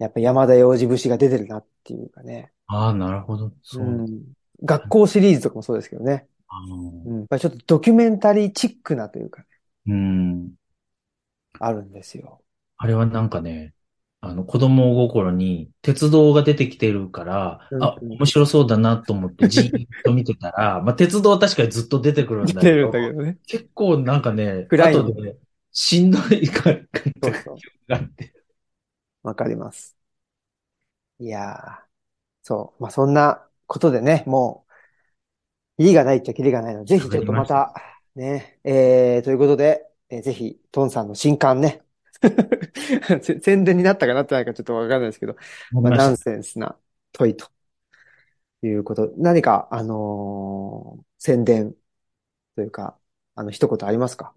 やっぱ山田洋次節が出てるなっていうかね。
ああ、なるほど。そうう。
ん。学校シリーズとかもそうですけどね。
あの
う、ん。やっぱりちょっとドキュメンタリーチックなというか、
うん。
あるんですよ。
あれはなんかね、あの、子供心に鉄道が出てきてるから、
うん
あ、面白そうだなと思ってじーっと見てた ら、まあ、鉄道は確かにずっと出てくるん
出
だけ
てる
ど、
んだけどね。
結構なんかね、
暗いの
後でね、しんどい感
そ
覚
うそう。
があって。
わかります。いやー、そう。まあ、そんなことでね、もう、いりがないっちゃきりがないので、ぜひちょっとまた、ね、えー、ということで、えーぜひ、トンさんの新刊ね、 せ宣伝になったかなってないかちょっとわかんないですけど、まあ、ナンセンスな問いということ。何か、あのー宣伝というか、あの、一言ありますか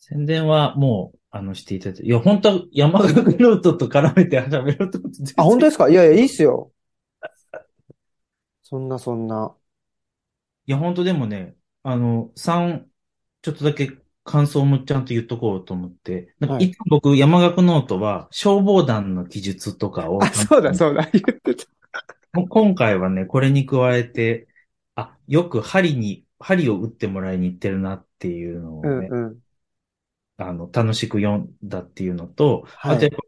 宣伝はもう、あの、していただいて。いや、本当は山岳ノートと絡めて喋ろうと思って。
あ、本当ですかいやいや、いいっすよ。そんな、そんな。
いや、本当でもね、あの、3、ちょっとだけ感想もちゃんと言っとこうと思って、なんか
はい
いつも僕、山岳ノートは消防団の記述とかを、
あ、そうだ、そうだ、言ってた。
もう今回はね、これに加えて、あ、よく針に、針を打ってもらいに行ってるなっていうのを
うん
ね、
うん。
あの、楽しく読んだっていうのと、
はい
あとやっぱ、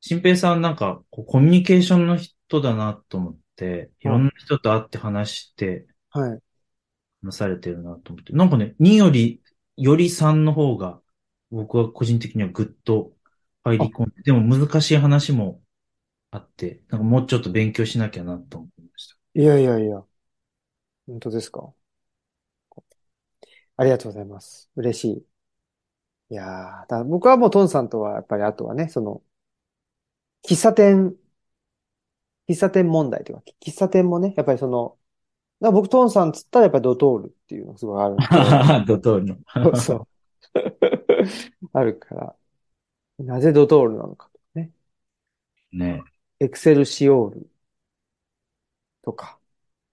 新平さんなんか、こうコミュニケーションの人だなと思って、いろんな人と会って話して、
はい。
なされてるなと思って。なんかね、2より、より3の方が、僕は個人的にはぐっと入り込んで、でも難しい話もあって、なんかもうちょっと勉強しなきゃなと思いました。
いやいやいや。本当ですか。ありがとうございます。嬉しい。いやーだから僕はもうトンさんとは、やっぱりあとはね、その、喫茶店、喫茶店問題というか、喫茶店もね、やっぱりその、だから僕トンさんつったらやっぱりドトールっていうのがすごいあるんで
ドトールの。
そうそう。あるから、なぜドトールなのかとかね。
ね、
エクセルシオールとか。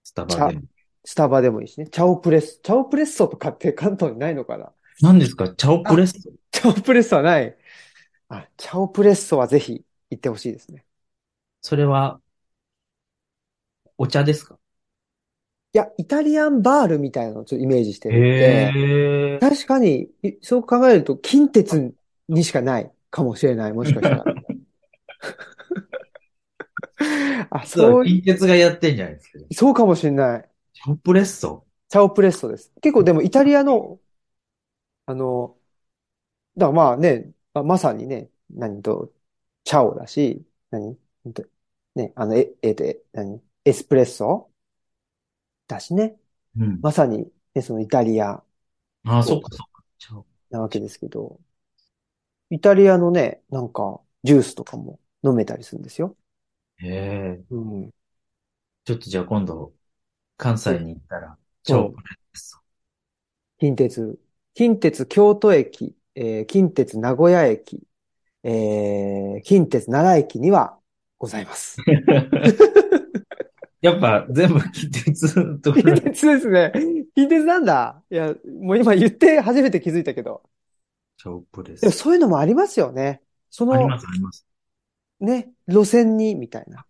スタバで。
スタバでもいいしね。チャオプレス。チャオプレッソとかって関東にないのかな
何ですかチャオプレスト
チャオプレッソはない。あ、チャオプレッソはぜひ行ってほしいですね。
それは、お茶ですか
いや、イタリアンバールみたいなのをちょっとイメージしてるん
へ
で、
え。
確かに、いそう考えると、近鉄にしかないかもしれない。もしか したら。あ、
そ、
そううい、
近鉄がやってんじゃないですか。
そうかもしれない。
チャオプレッソ
チャオプレッソです。結構でもイタリアの、あの、だからまあね、まあまさにね、何と、チャオだし、何ほんとね、あの、え、えっと、え何エスプレッソだしね。
うん。
まさに、ね、そのイタリア
ああ、そっかそっか。チャオ
なわけですけど、イタリアのね、なんか、ジュースとかも飲めたりするんですよ。
へえ。
うん。
ちょっとじゃあ今度、関西に行ったら、超プレスト。
近鉄、近鉄京都駅、えー近鉄名古屋駅、えー近鉄奈良駅にはござい ます。
やっぱ全部近鉄のところ
近。鉄ですね。近鉄なんだ。いや、もう今言って初めて気づいたけど。
ショープレ
でも
ス。
そういうのもありますよね。そ
あり
の
ます、あります。
ね、路線に、みたいな。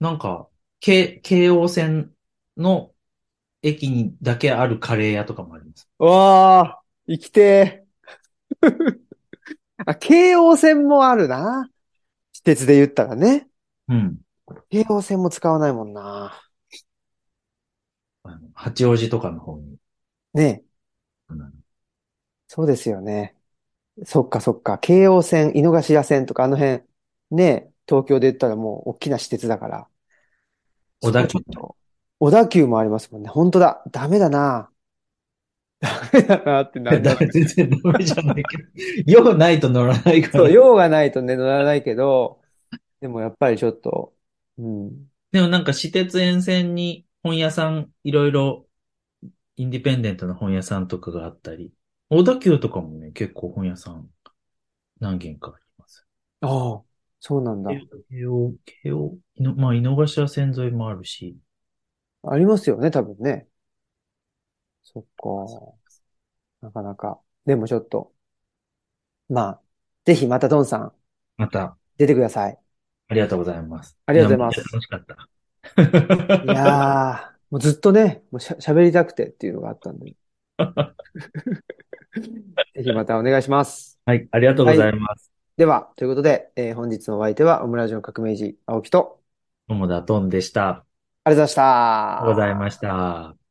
なんか、京、京王線の駅にだけあるカレー屋とかもあります。
わあ、生きてー あ、京王線もあるな。私鉄で言ったらね。
うん。
京王線も使わないもんな。
あの八王子とかの方に。
ねえ
うん
そうですよね。そっかそっか。京王線、井の頭線とかあの辺、ねえ、東京で言ったらもう大きな私鉄だから。
小田
そ
急
こちょっと小田急もありますもんね。本当だ。ダメだな。ダメだなってなる
だ全然 ダメじゃないけど。用ないと乗らないか
そう、
ら。
用がないとね、乗らないけど、でもやっぱりちょっと、うん。
でもなんか私鉄沿線に本屋さん、いろいろ、インディペンデントの本屋さんとかがあったり、小田急とかもね、結構本屋さん何軒かあります。
ああ、そうなんだ。
京王、京王、いのまあ、井の頭線沿いもあるし、
ありますよね、多分ね。そっか。なかなか。でもちょっと、まあ、ぜひまたドンさん、
また、
出てください。
ありがとうございます。
ありがとうござい
ます。楽しかった。
いや ー、もうずっとね、もうしゃ、喋りたくてっていうのがあったん で。ぜひまたお願いします。
はい、ありがとうございます。
では、ということで、えー本日のお相手は、オムラジオ革命児、青木と、
友田トンでした。
ありがとうございました。
ありがとうございました。